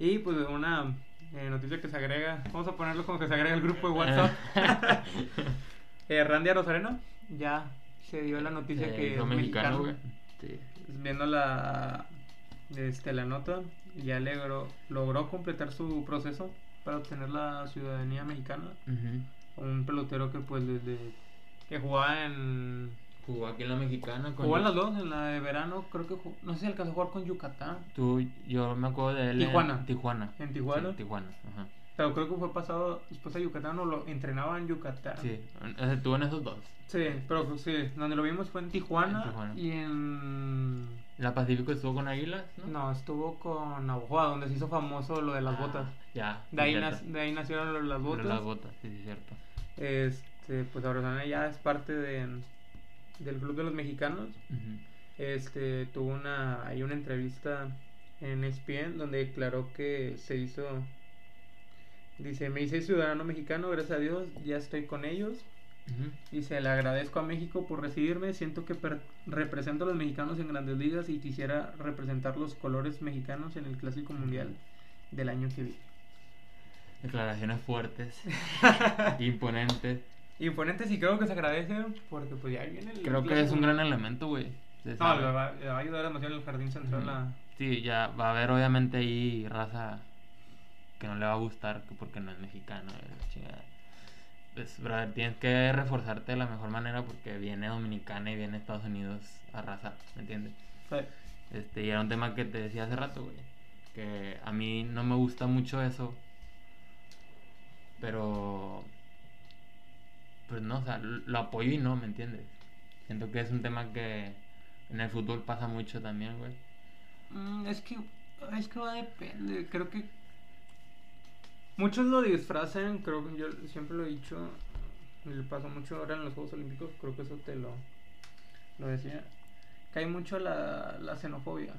Y pues una eh, noticia que se agrega, vamos a ponerlo como que se agrega el grupo de WhatsApp. eh, Randy Rosarena, ya se dio la noticia
Eh,
que
hizo
es
mexicano, güey.
Viendo la, este, la nota, ya logró, logró completar su proceso para obtener la ciudadanía mexicana.
Ujú.
Un pelotero que pues desde que jugaba en...
Jugó aquí en la mexicana con.
Jugó en las dos, en la de verano, creo que jugó- no sé si alcanzó a jugar con Yucatán,
Tú, yo me acuerdo de él. en
Tijuana.
Tijuana.
en Tijuana.
Sí, Tijuana, ajá.
Pero creo que fue pasado después a Yucatán o lo entrenaba en Yucatán.
Sí, o sea, estuvo en esos dos.
Sí, pero pues, sí, donde lo vimos fue en Tijuana,
En Tijuana.
y en...
La Pacífico estuvo con Águilas, ¿no?
No, estuvo con Navajoa, donde se hizo famoso lo de las
Ah,
botas.
Ya.
De ahí,
cierto.
nac- de ahí nacieron lo- las
Pero
botas.
Las botas, sí, sí, cierto.
Este, pues Arizona ya es parte de- del club de los mexicanos.
Ujú.
Este, tuvo una, hay una entrevista en E ESPN donde declaró que se hizo, dice, me hice ciudadano mexicano, gracias a Dios, ya estoy con ellos.
Ujú.
Y se le agradezco a México por recibirme. Siento que per- represento a los mexicanos en grandes ligas y quisiera representar los colores mexicanos en el Clásico Mundial del año que viene.
Declaraciones fuertes, imponentes.
Imponentes y creo que se agradece porque pues ya viene el
Creo que
Clásico
es un
Mundial.
gran elemento, güey. se
No,
sabe.
le va, le va a ayudar demasiado el jardín central a.
Sí, ya va a haber obviamente ahí raza que no le va a gustar que- porque no es mexicano. y la chingada. Pues, brother, tienes que reforzarte de la mejor manera porque viene Dominicana y viene Estados Unidos a raza, ¿me entiendes?
Sí.
Este, y era un tema que te decía hace rato, güey. Que a mí no me gusta mucho eso. Pero. Pues no, o sea, l- lo apoyo y no, ¿me entiendes? Siento que es un tema que en el fútbol pasa mucho también, güey.
Mm, es que es que va a depender, creo que muchos lo disfrazan, creo que yo siempre lo he dicho, le pasó mucho ahora en los Juegos Olímpicos, creo que eso te lo, lo decía, que hay mucho la, la xenofobia.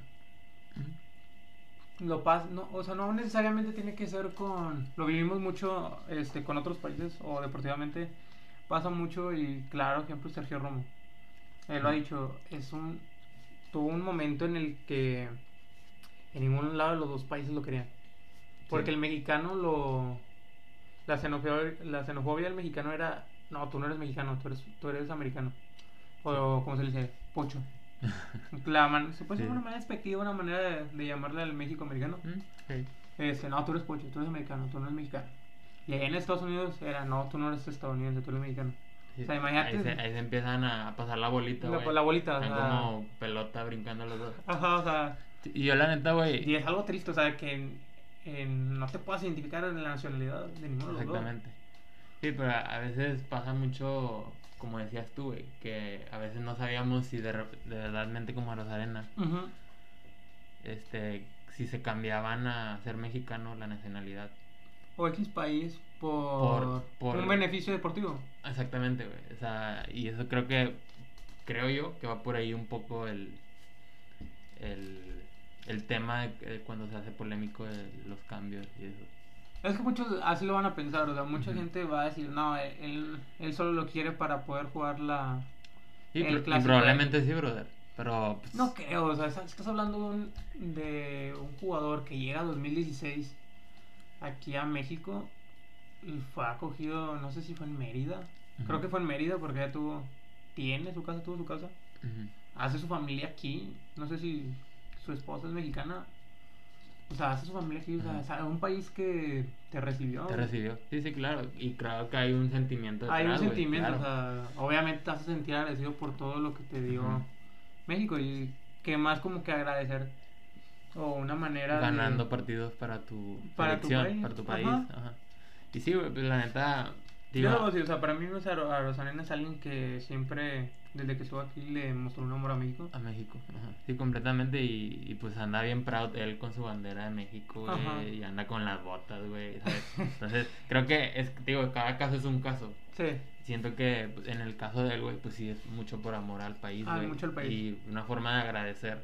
Lo pas, no, o sea, no necesariamente tiene que ser con, lo vivimos mucho este, con otros países o deportivamente, pasa mucho y claro, ejemplo Sergio Romo, él lo ha
Ujú.
dicho, es un, tuvo un momento en el que en ningún lado de los dos países lo querían. Porque
Sí.
el mexicano lo. La xenofobia, la xenofobia del mexicano era. No, tú no eres mexicano, tú eres, tú eres americano. O como se le dice, pocho. La man- se puede
Sí.
decir una manera despectiva, una manera de, de llamarle al México americano.
Mm, ok.
Este, no, tú eres pocho, tú eres americano, tú no eres mexicano. Y allá en Estados Unidos era, no, tú no eres estadounidense, tú eres mexicano.
Sí.
O sea, imagínate-
Ahí se, ahí se empiezan a pasar la bolita,
La,
güey.
la bolita, o
Están
sea,
como pelota brincando los dos.
Ajá, o sea.
Y yo, la neta, güey.
Y es algo triste, o sea, que en- en- no te puedas identificar en la nacionalidad de ninguno de los dos.
Exactamente. Sí, pero a a veces pasa mucho, como decías tú, güey, que a veces no sabíamos si de, re- de realmente como a Rosarena,
Ujú.
este, si se cambiaban a ser mexicano la nacionalidad.
o X país por,
Por- por-
un beneficio deportivo.
Exactamente, güey. O sea, y eso creo que, creo yo, que va por ahí un poco el, el, el tema de, de cuando se hace polémico de los cambios y eso.
Es que muchos así lo van a pensar, o sea, mucha
Ujú.
gente va a decir, no, eh, él, él solo lo quiere para poder jugar la...
Sí,
El
pro- y
clásico
probablemente sí, brother. Pero, pues,
No creo, o sea, estás estás hablando de un, de un jugador que llega a 2016 aquí a México y fue acogido, no sé si fue en Mérida, creo
Ujú.
que fue en Mérida porque ya tuvo, tiene su casa, tuvo su casa,
ujú.
hace su familia aquí. No sé si su esposa es mexicana. O sea, hace su familia aquí. O sea,
Ajá.
es un país que te recibió.
Te recibió. Sí, sí, claro. Y creo que hay un sentimiento.
Hay un
detrás, güey,
sentimiento.
claro.
O sea, obviamente te hace sentir agradecido por todo lo que te dio
Ujú.
México. Y que más como que agradecer. O una manera. de-
ganando pues, partidos para tu
Para tu
selección,
país,
para tu
ajá.
país. ajá. Y sí, güey, pues la neta. digo,
Yo lo veo así, o sea, para mí o sea, Ro- a Rosanena es alguien que siempre, desde que estuvo aquí, le mostró un amor a México.
a México. ajá. Sí, completamente. Y, y, pues anda bien proud él con su bandera de México, güey.
Ajá.
Y anda con las botas, güey. ¿sabes? Entonces, creo que es, digo, cada caso es un caso.
Sí.
Siento que pues, en el caso de él, güey, pues sí es mucho por amor al país,
Ah,
güey.
mucho al país.
Y una forma de agradecer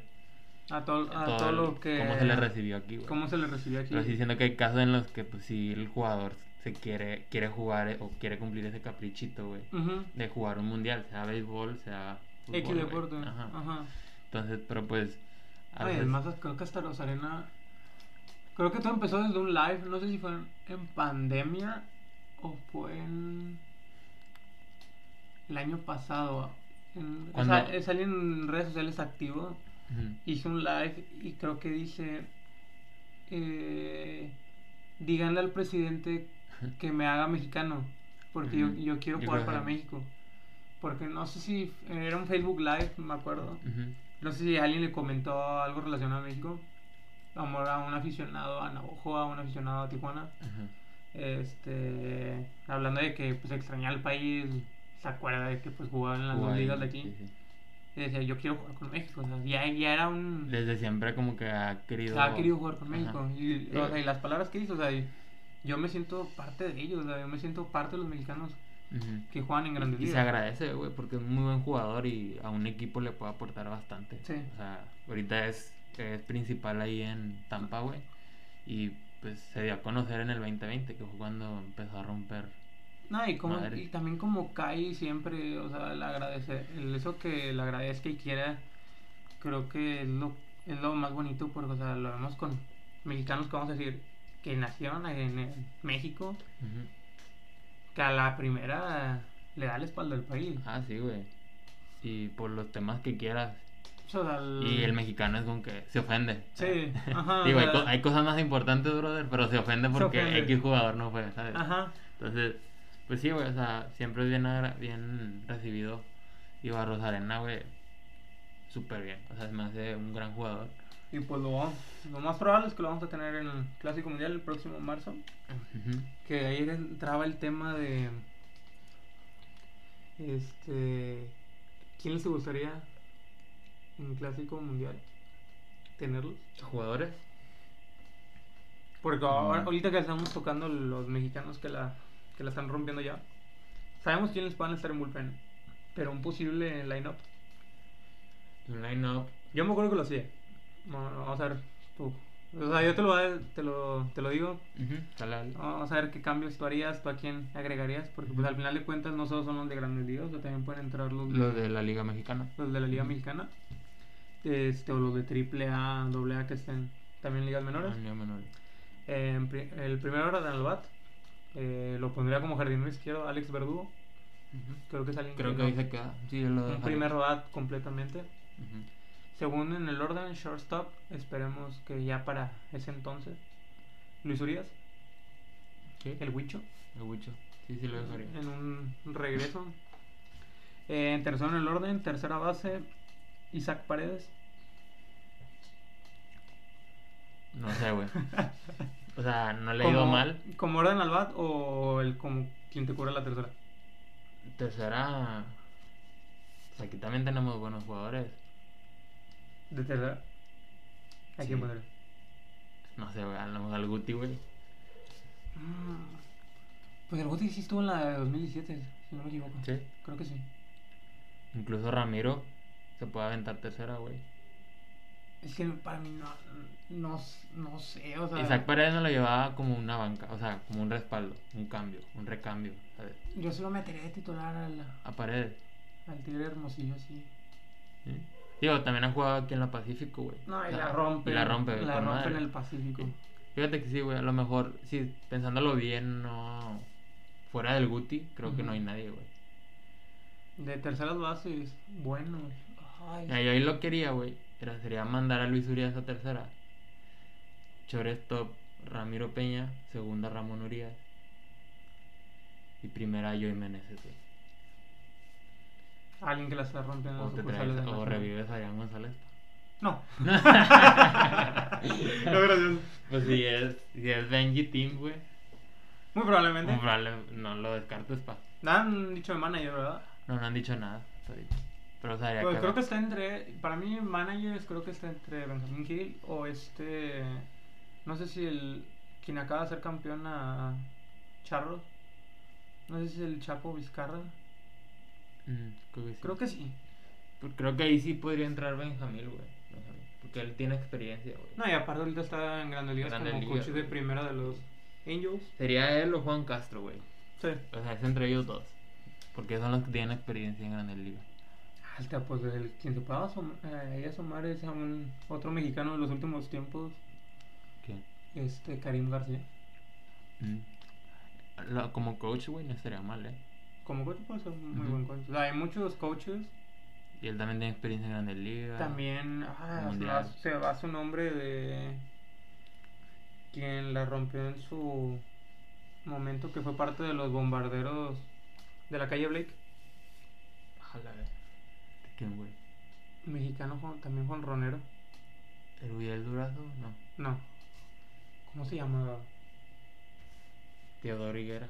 A, todo a todo,
el-
lo que.
cómo se le recibió aquí, güey.
cómo se le recibió aquí.
Pero sí siento que hay casos en los que pues si el jugador se quiere quiere jugar eh, o quiere cumplir ese caprichito, güey,
Ujú.
de jugar un mundial, sea béisbol, sea fútbol,
X
güey.
deporte.
Ajá.
Ajá.
Entonces, pero pues a
Oye,
veces-
además creo que hasta Rosarena. Creo que todo empezó desde un live. No sé si fue en, en pandemia o fue en. El año pasado. En, o
Cuando-
sea, eh, salí en redes sociales activo.
Ujú.
Hice un live y creo que dice. eh, díganle al presidente que me haga mexicano. Porque yo,
Ujú.
yo quiero
Yo
jugar
creo
para
que-
México. Porque no sé si era un Facebook Live, me acuerdo.
Ujú.
No sé si alguien le comentó algo relacionado a México. A lo mejor a un aficionado a Navajo, a un aficionado a Tijuana.
Ajá.
Este, hablando de que pues extrañaba el país, se acuerda de que pues jugaban en las dos
Guay,
ligas de aquí.
sí, sí.
Y decía, yo quiero jugar con México. o sea, ya, ya era un...
Desde siempre como que ha querido
Ha querido jugar con
Ajá.
México. Y, o sea, y las palabras que hizo, o sea, y- yo me siento parte de ellos, o sea, yo me siento parte de los mexicanos
Ujú.
que juegan en grandes
Y se
ligas.
agradece, güey, porque es un muy buen jugador y a un equipo le puede aportar bastante.
Sí.
O sea, ahorita es, es principal ahí en Tampa, güey. Y pues se dio a conocer en el 2020, que fue cuando empezó a romper.
No, y, como,
Madre.
y también como cae siempre, o sea, el agradecer, el eso que le agradezca y quiera, creo que es lo, es lo más bonito porque, o sea, lo vemos con mexicanos que vamos a decir que nacieron en eh, México, que a la primera le da la espalda al país.
Ah, sí, güey. Y por los temas que quieras.
O sea, el-
Y el mexicano es como que se ofende.
Sí, ajá,
Digo,
o
hay,
sea-
co- hay cosas más importantes, brother, pero se ofende
Se
porque
ofende.
X jugador no fue, ¿sabes?
Ajá.
Entonces, pues sí, güey, o sea, siempre es bien, agra- bien recibido. Y Barros Arena, güey, súper bien. O sea, es más de un gran jugador.
Y pues lo, vamos- lo más probable es que lo vamos a tener en el Clásico Mundial el próximo marzo.
Ujú.
Que ahí entraba el tema de. Este. ¿Quién les gustaría en Clásico Mundial tenerlos?
¿Jugadores?
Porque ahora-
Mm.
ahorita que estamos tocando los mexicanos que la, que la están rompiendo ya, sabemos quiénes van a estar en bullpen, pero un posible line-up.
Un line-up.
Yo me acuerdo que lo hacía. Bueno, vamos a ver tú. O sea, yo te lo, voy a- te lo, te lo digo.
Ujú, dale, dale.
Vamos a ver qué cambios tú harías, tú a quién agregarías, porque pues al final de cuentas no solo son los de grandes ligas, o sea, también pueden entrar los de,
Los de la Liga Mexicana.
los de la Liga Mexicana, este, o los de triple A, doble A que estén también en ligas menores.
Ah, Liga menores.
Eh, en pri- el primero era Dan Albat. Eh, lo pondría como jardinero izquierdo, Alex Verdugo.
Ujú.
Creo que es alguien
Creo que
no-
ahí se queda. Sí, yo lo
un
dejaría.
primer bat completamente.
Ujú.
Segundo en el orden, shortstop. Esperemos que ya para ese entonces. Luis Urias,
Sí,
el Huicho.
el Huicho. Sí, sí, lo dejaría.
En un regreso. Eh, en tercero en el orden, tercera base, Isaac Paredes.
No sé, güey. O sea, no le he ido mal.
¿Como orden al bat o el como quien te cura la tercera?
Tercera. Pues aquí también tenemos buenos jugadores.
¿De tercera? ¿A
Sí.
quién pondría?
No sé, güey. A lo mejor al Guti, güey.
Ah, Pues el bote sí estuvo en la de 2017, si no me equivoco.
Sí.
Creo que sí.
Incluso Ramiro se puede aventar tercera, güey.
Es que para mí no, no, s- no sé, o sea,
Isaac Paredes no lo llevaba como una banca, o sea, como un respaldo, un cambio, un recambio, ¿sabes?
yo sí lo metería de titular al,
A Paredes.
al Tigre Hermosillo, sí.
¿sí? Digo, también ha jugado aquí en la Pacífico, güey.
No, y
O sea,
la rompe.
Ah, Y la rompe, güey,
La
con
rompe
madre.
en el Pacífico.
Fíjate que sí, güey, a lo mejor, sí, pensándolo bien, no. Fuera del Guti, creo que no hay
Ujú.
nadie, güey.
De terceras bases, bueno. Ay,
Mira, yo ahí lo quería, güey. Pero sería mandar a Luis Urias a tercera. Chores top, Ramiro Peña, segunda Ramón Urias. Y primera Joey Meneses, güey.
Alguien que la está rompiendo. en
O,
las Ah,
te
sucursales
traes-
de
o
Nacional.
revives a Adrián González.
No. no, gracias.
No, Pues si es, si es Benji Team, güey.
Muy probablemente.
probable- no lo descartes, pa.
Dan dicho de manager, ¿verdad?
No, no han dicho nada hasta ahorita. Pero o sea, haría
Pues creo
cagar.
que está entre. Para mí, managers, creo que está entre Benjamin Hill o este. No sé si el. Quien acaba de ser campeón a. Charro. No sé si el Chapo Vizcarra.
Mm, creo que sí.
Creo que sí.
Pues creo que ahí sí podría entrar Benjamín, güey. Benjamín, Porque él tiene experiencia, güey.
No, y aparte ahorita está en Grandes Ligas
Grandes
como
Ligas,
coach de
güey.
primera de los Angels.
Sería él o Juan Castro, güey.
Sí.
O sea, es entre ellos dos. Porque son los que tienen experiencia en Grandes Ligas.
Alta, pues el quien se pueda asomar, eh, asomar es a un otro mexicano de los últimos tiempos,
¿Quién?
este Karim García.
Mm. Lo- como coach, güey, no estaría mal, ¿eh?
Como coach puede ser un muy
Ujú.
buen coach. O sea, hay muchos coaches
Y él también tiene experiencia en Grandes Ligas.
También ah, se,
Mundial.
va, se va su nombre de quien la rompió en su momento que fue parte de los bombarderos de la calle Blake.
Ojalá, güey. ¿Quién, güey?
Mexicano jon- también jonronero.
¿El Uriel Durazo? No.
No. ¿Cómo se llamaba?
Teodoro Higuera.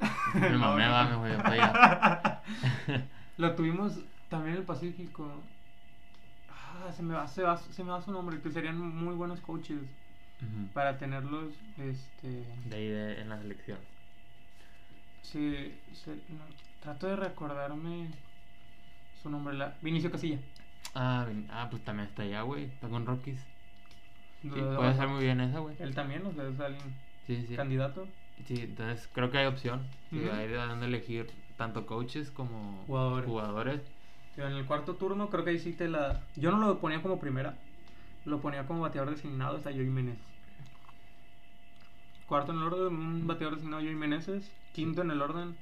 Me mamé, va, me voy para allá.
Lo tuvimos también en el Pacífico. Ah, se me va, se va, se me va su nombre, que serían muy buenos coaches
Ujú.
para tenerlos este
De ahí de- en la selección.
Sí, sí, no, trato de recordarme su nombre, la, Vinicio Casilla.
Ah, bien. ah, pues también está allá, güey. Está con Rockies. Sí,
Lo-
puede ser muy bien esa, güey.
Él también, o sea, es alguien
Sí, sí.
candidato.
Sí, entonces creo que hay opción. Sí,
Ujú.
Hay de dónde elegir tanto coaches como
Jugadores.
jugadores.
Pero en el cuarto turno creo que ahí sí te la... Yo no lo ponía como primera, lo ponía como bateador designado, está Joey Meneses. Cuarto en el orden, un bateador designado Joey Meneses. Quinto en el orden.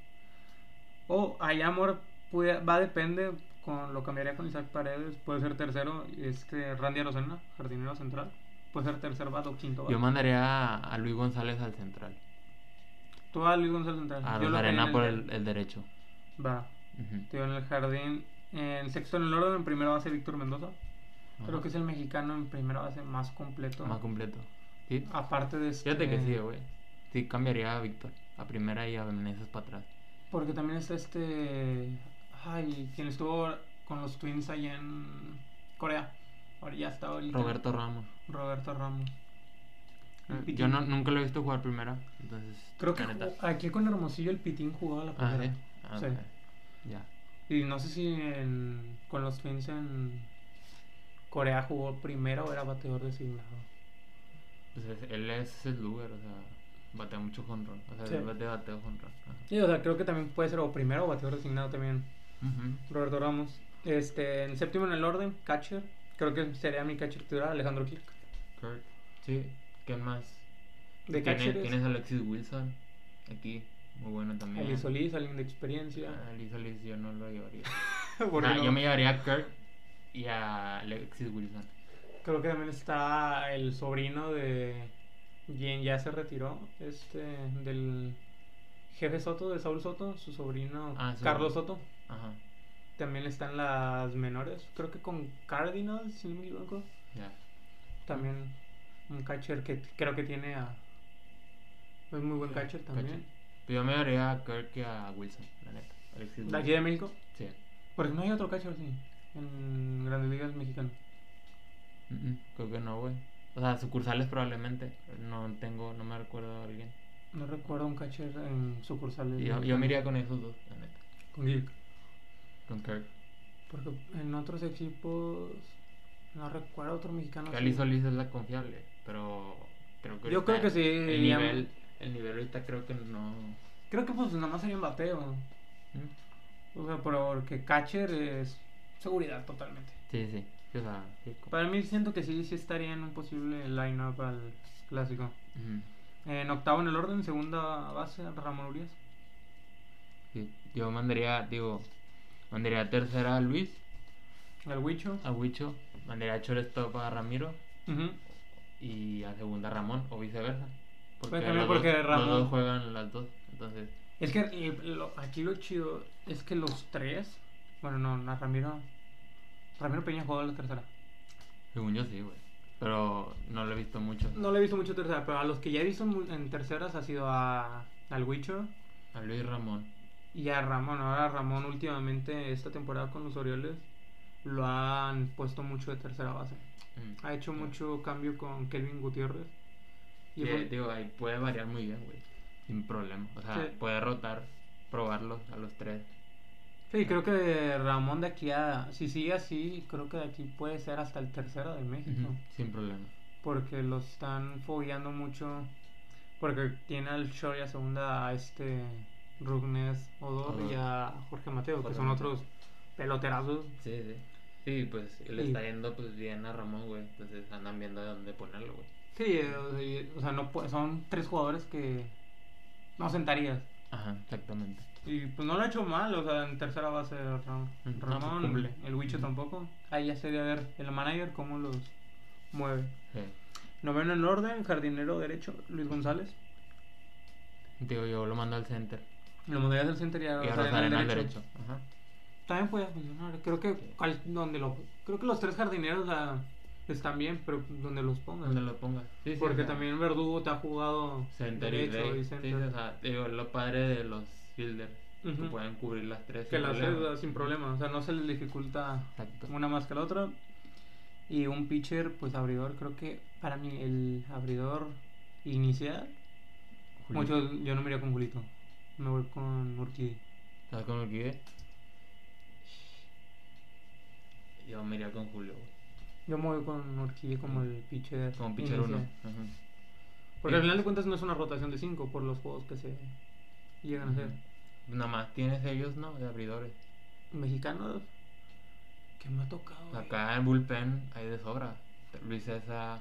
O allá, amor, puede- va depende con, lo cambiaría con Isaac Paredes. Puede ser tercero, este Randy Arozena, jardinero central. Puede ser tercer vato o quinto vato.
Yo mandaría a, a Luis González al central.
Tú a Luis González central.
A
Yo lo ponía en
Rosarena
el-
por el, el derecho.
Va.
Ujú.
Te digo, en el jardín. En sexto en el orden, en primera base Víctor Mendoza. Creo
Ajá.
que es el mexicano en primera base más completo.
Más completo. Sí.
Aparte de este,
Fíjate que sí, güey. Sí, cambiaría a Víctor. A primera y a Meneses para atrás.
Porque también está este. Ay, quien estuvo con los Twins allá en Corea. Ahora ya está ahorita.
Roberto Ramos.
Roberto Ramos. El Pitín.
Yo no, nunca lo he visto jugar primera. Entonces,
Creo que
la neta.
jugó- aquí con Hermosillo el Pitín jugó a la
Ah,
primera.
sí. Ah,
Sí.
ok. Ya.
Y no sé si en- con los Twins en Corea jugó primero o era bateador designado.
Pues es- él es el lugar, o sea, batea mucho con O sea,
Sí.
él batea, batea con
Y o sea, creo que también puede ser o primero o bateador designado también. Roberto Ramos. Este, en séptimo en el orden, catcher. Creo que sería mi catcher titular, Alejandro Kirk.
Kurt. Sí. ¿Qué más?
De
Tiene-
catcher
Tienes a Alexis Wilson aquí. Muy bueno también.
Ali Solís, alguien de experiencia.
Ah, Luis Solís yo no lo llevaría.
¿Por qué
Nah,
no?
Ah. Yo me llevaría a Kurt y a Alexis Wilson.
Creo que también está el sobrino de quien ya se retiró, este, del jefe Soto, de Saúl Soto, su sobrino
Ah, sí.
Carlos Soto.
Ajá.
También están las menores, creo que con Cardinals, si no me equivoco.
Ya.
También un catcher que t- creo que tiene a... Es muy buen catcher también.
Ah, Catcher. Pero Pues yo me llevaría a Kurt que a Wilson, la neta. Alexis Wilson.
De aquí de México.
Sí.
Porque no hay otro catcher así en Grandes Ligas Mexicanas.
Mm, mm, Creo que no, güey. O sea, sucursales probablemente. No tengo, no me recuerdo a alguien.
No recuerdo un catcher en sucursales.
Yo, yo me iría con esos dos, la neta.
con Kirk.
Con Kirk.
Ah, Porque en otros equipos no recuerdo otro mexicano.
Cali
así.
Solís es la confiable, pero creo que
Yo creo que sí,
El
ya-
nivel, el nivel ahorita creo que no.
Creo que pues nada más sería un bateo.
¿Mm?
O sea, pero porque catcher es seguridad totalmente.
Sí, sí. O sea, sí, co-
Para mí siento que sí, sí estaría en un posible line-up al clásico.
Ujú.
En octavo en el orden, segunda base, Ramón Urias.
Sí, Yo mandaría, digo, mandaría a tercera a Luis,
El Huicho.
a Huicho, mandaría a shortstop a Ramiro
Ujú.
y a segunda a Ramón o viceversa. Porque,
Pues también
los, dos-
porque
los
Ramón-
dos juegan las dos, entonces.
Es que eh, lo- aquí lo chido es que los tres. Bueno, no, na- Ramiro. Ramiro Peña jugó la tercera.
Según yo sí, güey. Pero no lo he visto mucho.
No le he visto mucho tercera, pero a los que ya he visto mu- en terceras ha sido a, al Huicho
A Luis Ramón.
y a Ramón. Ahora Ramón últimamente esta temporada con los Orioles lo han puesto mucho de tercera base.
Mm.
Ha hecho mucho cambio con Kelvin Gutiérrez. Y
Sí,
fue-
digo, ahí puede variar muy bien, güey. Sin problema. O sea,
Sí.
puede rotar, probarlos a los tres.
sí,
eh.
creo que Ramón de aquí a... Si sigue así, creo que de aquí puede ser hasta el tercero de México.
Ujú, Sin problema.
Porque lo están fogueando mucho. Porque tiene al short y a segunda a este Rugnes Odor y
Odor.
a Jorge Mateo, que
Jorge
son
Mateo.
otros peloterazos.
Sí, sí. Sí, pues le
Sí.
está yendo pues bien a Ramón, güey. Entonces andan viendo de dónde ponerlo, güey.
Sí, eh, o sea, y- o sea, no pu- son tres jugadores que no sentarías.
Ajá, exactamente.
Y pues no lo ha hecho mal, o sea, en tercera base Ra-
Mm, no,
Ramón,
pues, cumple.
el Huicho
Ujú.
tampoco. Ahí ya sería ver el manager cómo los mueve.
Sí.
Noveno en orden, jardinero derecho, Luis González.
Digo, yo lo mando al center.
Lo mandarías al center y a
y a
Rosarena al
Rosarena al derecho. Ajá.
Ah. También podía funcionar. Creo que
Sí.
cual- donde lo, creo que los tres jardineros ah, están bien, pero donde los pongan.
Donde lo pongas. Sí, sí,
Porque
o sea,
también Verdugo te ha jugado
Center y
derecho
day.
y
Sí,
center.
o sea, digo, lo padre de los fielders. Que
Ujú.
pueden cubrir las tres.
que
sin
las tres
problema.
ah, sin problema, o sea, no se les dificulta
Exacto.
una más que la otra. Y un pitcher, pues abridor, creo que para mí el abridor inicial,
Julio.
muchos yo no me iría con Julito, me voy con Urquidi.
¿Sabes cómo me quedé? Yo me iría con Julio, güey.
Yo me voy con Urquidi como el pitcher.
Como pitcher
inicial.
uno.
Porque al
Sí.
final de cuentas no es una rotación de 5 por los juegos que se llegan a hacer.
Nada más tienes ellos, ¿no? De abridores.
Mexicanos, que me ha tocado. güey?
Acá en bullpen hay de sobra. Luis César,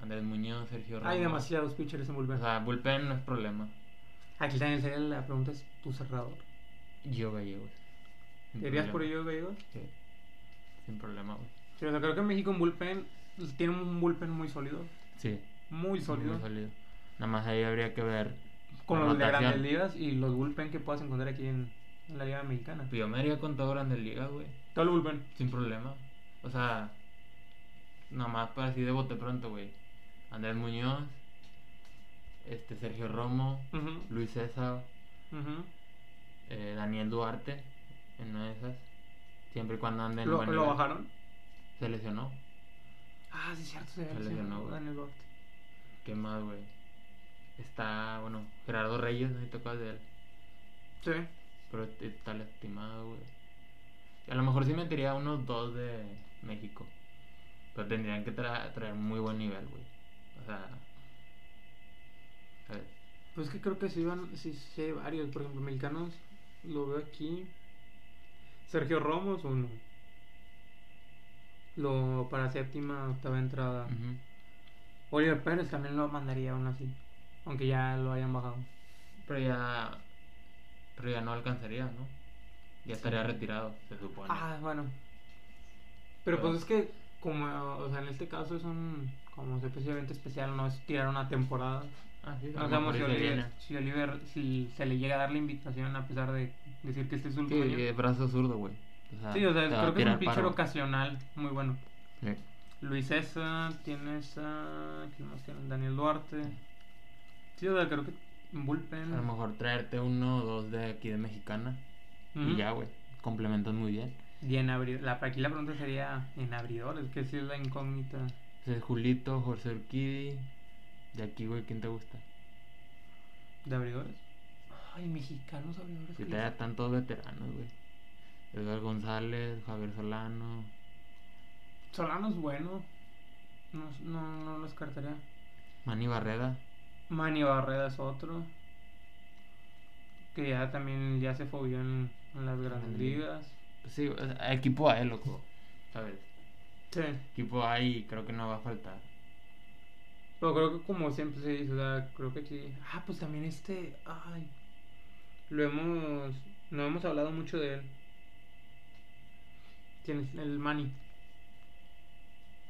Andrés Muñoz, Sergio Ramos.
Hay demasiados pitchers en
O
bullpen.
sea, bullpen no es problema.
Aquí también sería la pregunta: es tu cerrador.
Yo gallegos.
¿Te irías por ello, Gallegos?
Sí. sin problema, güey.
Sí, o sea, creo que México en bullpen tiene un bullpen muy sólido.
Sí.
Muy sólido.
Muy sólido. Nada más ahí habría que ver.
Con
la
los de
rotación.
grandes ligas y los bullpen que puedas encontrar aquí en, en la Liga Mexicana.
Yo me haría con todo Grandes Ligas, güey.
Todo el bullpen.
Sin problema. O sea, nomás para así de bote pronto, güey. Andrés Muñoz, este Sergio Romo,
Ujú,
Luis César,
ujú.
eh, Daniel Duarte, en una de esas. Siempre y cuando anden en
¿Lo,
buen
lo
nivel.
bajaron?
Se lesionó.
Ah, sí, cierto. Se
Se lesionó,
lesionó
güey.
Daniel Duarte.
¿Qué más, güey? Está, bueno, Gerardo Reyes, no sé si te acuerdas de él.
Sí.
Pero este- está lastimado, güey. A lo mejor sí metería unos dos de México. Pero tendrían que tra- traer muy buen nivel, güey. O sea. ¿sabes?
Pues que creo que sí van, sí, sí hay varios, por ejemplo, mexicanos, lo veo aquí. Sergio Ramos, uno. Lo para séptima, octava entrada.
Ujú.
Oliver Pérez también lo mandaría aún así. Aunque ya lo hayan bajado.
Pero ya. Pero ya no alcanzaría, ¿no? Ya estaría
Sí.
retirado, se supone.
Ah, bueno. Pero pues es que, como, o sea, en este caso es un, como se especie de evento especial, no es tirar una temporada.
Ah, sí, a
No
lo
sabemos
mejor
si
y se
Oliver,
viene.
si Oliver, si se le llega a dar la invitación a pesar de decir que este es su
Sí,
último año.
eh, brazo zurdo, güey. O sea,
Sí, o sea,
Ah, te va a
creo que es
tirar
un pitcher
paro.
ocasional muy bueno.
Sí.
Luis César, tienes a. ¿Quién más tiene? Daniel Duarte. Sí, o sea, creo que en bullpen.
A lo mejor traerte uno o dos de aquí de Mexicana.
Ujú.
Y ya, güey. Complementan muy bien.
Y en abridor. La, aquí la pregunta sería: en abridores, que sí es la incógnita.
Entonces, Julito, Jorge Urquidi. De aquí, güey, ¿quién te gusta?
¿De abridores? Ay, mexicanos abridores. que
Si te
les-
están todos veteranos, güey. Edgar González, Javier Solano.
Solano es bueno. No, no, no lo descartaría.
Manny Barreda.
Manny Barreda es otro. Que ya también ya se fobió en, en las grandes
Grandes
ligas.
Pues sí, o sea, equipo A, eh, loco. ¿Sabes?
Sí.
Equipo A y creo que no va a faltar.
Pero creo que como siempre se dice, o sea, creo que aquí... Ah, pues también este... Ay. Lo hemos... No hemos hablado mucho de él. ¿Quién es? El Manny.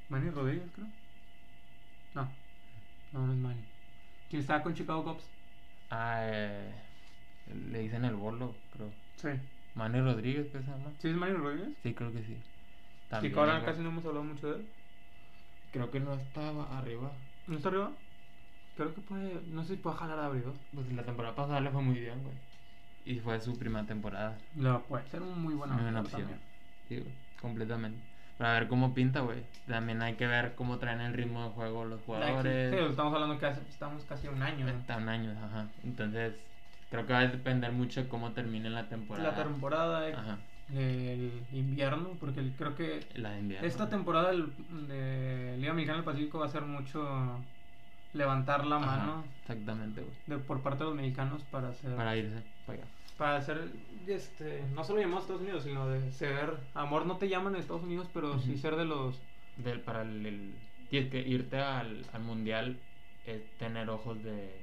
Manny Rodríguez, creo. No. No, no es Manny. ¿Quién estaba con Chicago Cubs?
Ah, eh, le dicen el bolo, creo.
Sí.
Manny Rodríguez, ¿qué se llama?
¿Sí es Manny Rodríguez?
Sí, creo que sí.
Sí,
También,
que ahora
güey.
casi no hemos hablado mucho de él.
Creo que no estaba arriba.
¿No está arriba? Creo que puede... No sé si puede jalar a abridor.
Pues la temporada pasada le fue muy bien, güey. Y fue su primera temporada.
No, puede ser un muy buen
Muy buena
abridor
opción.
también.
Sí, güey, completamente. Para ver cómo pinta, güey. También hay que ver cómo traen el ritmo de juego los jugadores.
Sí, estamos hablando que hace- estamos casi a un año. ¿no?
Están años, ajá. Entonces, creo que va a depender mucho de cómo termine la temporada.
La temporada, eh,
Ajá.
el invierno, porque el- creo que
La de invierno.
esta temporada del- de Liga Mexicana del Pacífico va a ser mucho levantar la
Ajá,
mano
Exactamente, güey.
de, por parte de los mexicanos para hacer, para,
Para irse para allá.
hacer este, no solo llamado a Estados Unidos, sino de ser, amor no te llaman en Estados Unidos, pero sí
Ujú.
ser de los,
Del, para el, el- Tienes que irte al, al mundial es tener ojos de.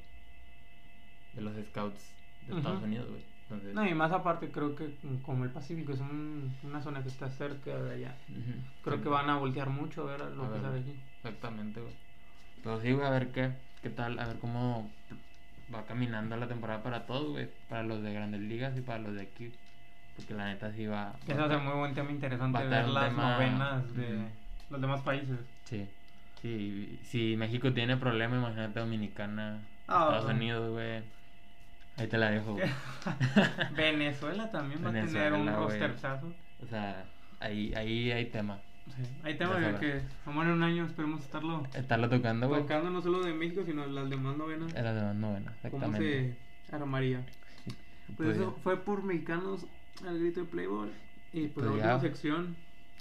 de los scouts de
Ujú.
Estados Unidos, güey. Entonces.
no, y más aparte creo que como el Pacífico es un- una zona que está cerca de allá,
ujú.
creo que van a voltear mucho a ver lo
A
que
ver,
sale
güey.
aquí.
Exactamente, güey. Pero sí, güey, a ver qué, qué tal, a ver cómo va caminando la temporada para todos, güey. Para los de Grandes Ligas y para los de aquí. Porque la neta sí va.
Ese va a ser muy buen tema interesante
Va a estar
ver
un
las
tema-
novenas de
Ujú.
los demás países.
Sí. Sí, si México tiene problema, imagínate Dominicana,
Ah,
Estados
bueno.
Unidos, güey. Ahí te la dejo, güey.
Venezuela también va a tener un
Venezuela, güey.
rosterzazo.
O sea, ahí, ahí hay tema.
Sí. Hay temas
Ya
de
sabrá.
que vamos en un año esperemos estarlo
Estarlo tocando, güey.
tocando no solo de México, sino las demás novenas.
Era de las novenas,
¿Cómo
exactamente.
se armaría?
Y
Pues
pues
eso
ya.
fue por mexicanos al grito de Playboy. Y pues la
Pues
última
ya.
sección,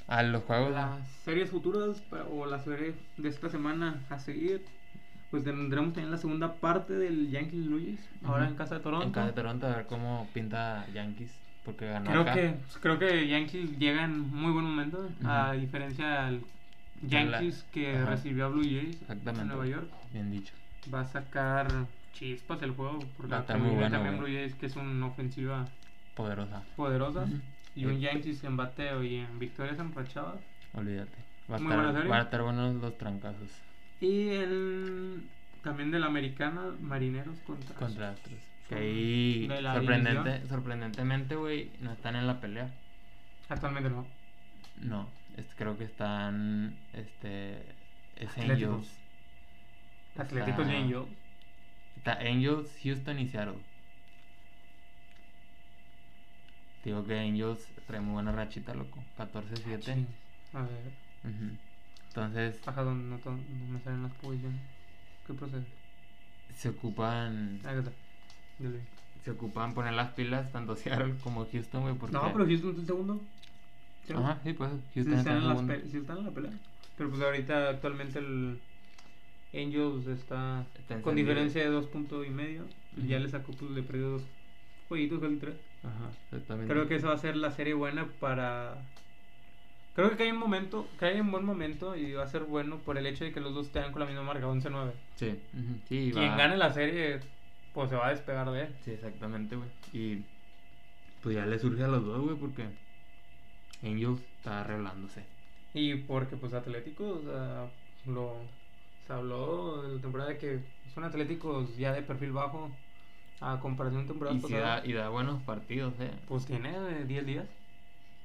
A los juegos,
las series futuras pa- o las series de esta semana a seguir. Pues tendremos también la segunda parte del Yankees Luis, ahora
Ujú.
en casa de Toronto.
En casa de Toronto, a ver cómo pinta Yankees. Porque ganó
Creo
acá.
que, creo que Yankees llega en muy buen momento, a
Ujú.
diferencia del Yankees que
Ajá.
recibió a Blue Jays
Exactamente.
en Nueva York.
Bien dicho.
Va a sacar chispas el juego, porque
Va a estar Ah, muy
viene
bueno,
también
güey.
Blue Jays que es una ofensiva
Poderosa.
poderosa.
Ujú. Eh.
Y un Yankees en bateo y en victorias enrachadas.
Olvídate. Va a,
Muy buena
estar,
serie.
va a estar buenos los trancazos
Y el. También de la americana, Marineros contra.
contra Astros. Que
Son
ahí,
Pues, de la
sorprendente,
división.
sorprendentemente, güey, no están en la pelea.
Actualmente no.
No, es- creo que están. Este. Es
Atléticos.
Angels.
Atléticos
Está-
y Angels.
Está Angels, Houston y Seattle. Digo que Angels trae muy buena rachita, loco. 14-7.
A ver,
Ujú. Entonces,
baja donde no, to- no me salen las posiciones. ¿Qué procede?
se ocupan.
Ah, ya está. Ya lo vi.
Se ocupan poner las pilas tanto Seattle como Houston, güey. Porque...
No, pero Houston está en segundo. Sí.
Ajá, sí, pues.
Sí
Houston está
están
en
en las
segundo.
pe- sí están en la pelea. Pero pues ahorita actualmente el Angels está,
Está encendido.
con diferencia de dos puntos y medio. Y Ya
Ujú.
le sacó, pues le perdió dos jueguitos, casi tres.
Ajá, exactamente.
Creo que esa va a ser la serie buena para. Creo que cae un momento, cae un buen momento y va a ser bueno por el hecho de que los dos estén con la misma marca, 11-9.
Sí, ujú, sí, va-
Quien gane la serie, pues se va a despegar de él.
Sí, exactamente, güey. Y pues ya le surge a los dos, güey, porque Angels está revelándose.
Y porque, pues, Atléticos, o sea, lo. Se habló de la temporada que son Atléticos ya de perfil bajo a comparación de temporada
Y, sí
pasada.
da, y da buenos partidos, ¿eh?
Pues tiene eh, 10 días.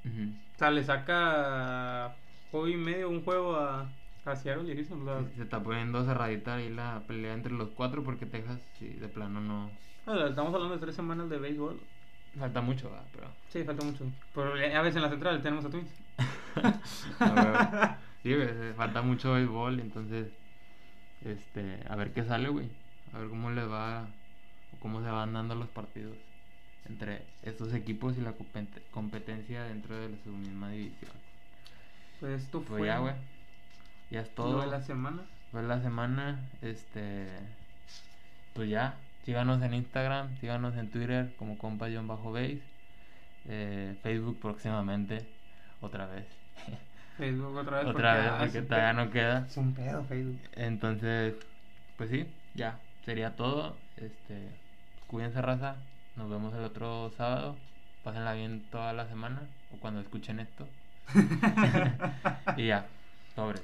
Ujú.
O sea, le saca hoy y medio un juego a, a Seattle y Houston. o sea,
Se está poniendo cerradita ahí la pelea entre los cuatro porque Texas, sí, de plano no.
bueno, estamos hablando de tres semanas de béisbol.
Falta mucho, va, pero.
Sí, falta mucho. Pero ya ves en la central tenemos a Twins.
No, güey. sí, güey, se- falta mucho béisbol, entonces. Este, a ver qué sale, güey. A ver cómo le va. Cómo se van dando los partidos entre estos equipos y la compet- competencia dentro de su misma división.
Pues esto
Pues
fue
ya, güey. Ya es todo.
lo de la semana.
Fue la semana. Este. Pues ya. Síganos en Instagram, síganos en Twitter como compa bajo base. Eh, Facebook próximamente. Otra vez.
Facebook Pues, otra vez.
Otra vez,
ah,
porque
es un
todavía
pedo.
Ah, no queda.
Es un pedo Facebook.
Entonces, pues sí, ya. Sería todo. Este. Cuídense, raza. Nos vemos el otro sábado. Pásenla bien toda la semana. O cuando escuchen esto. y ya. Pobres.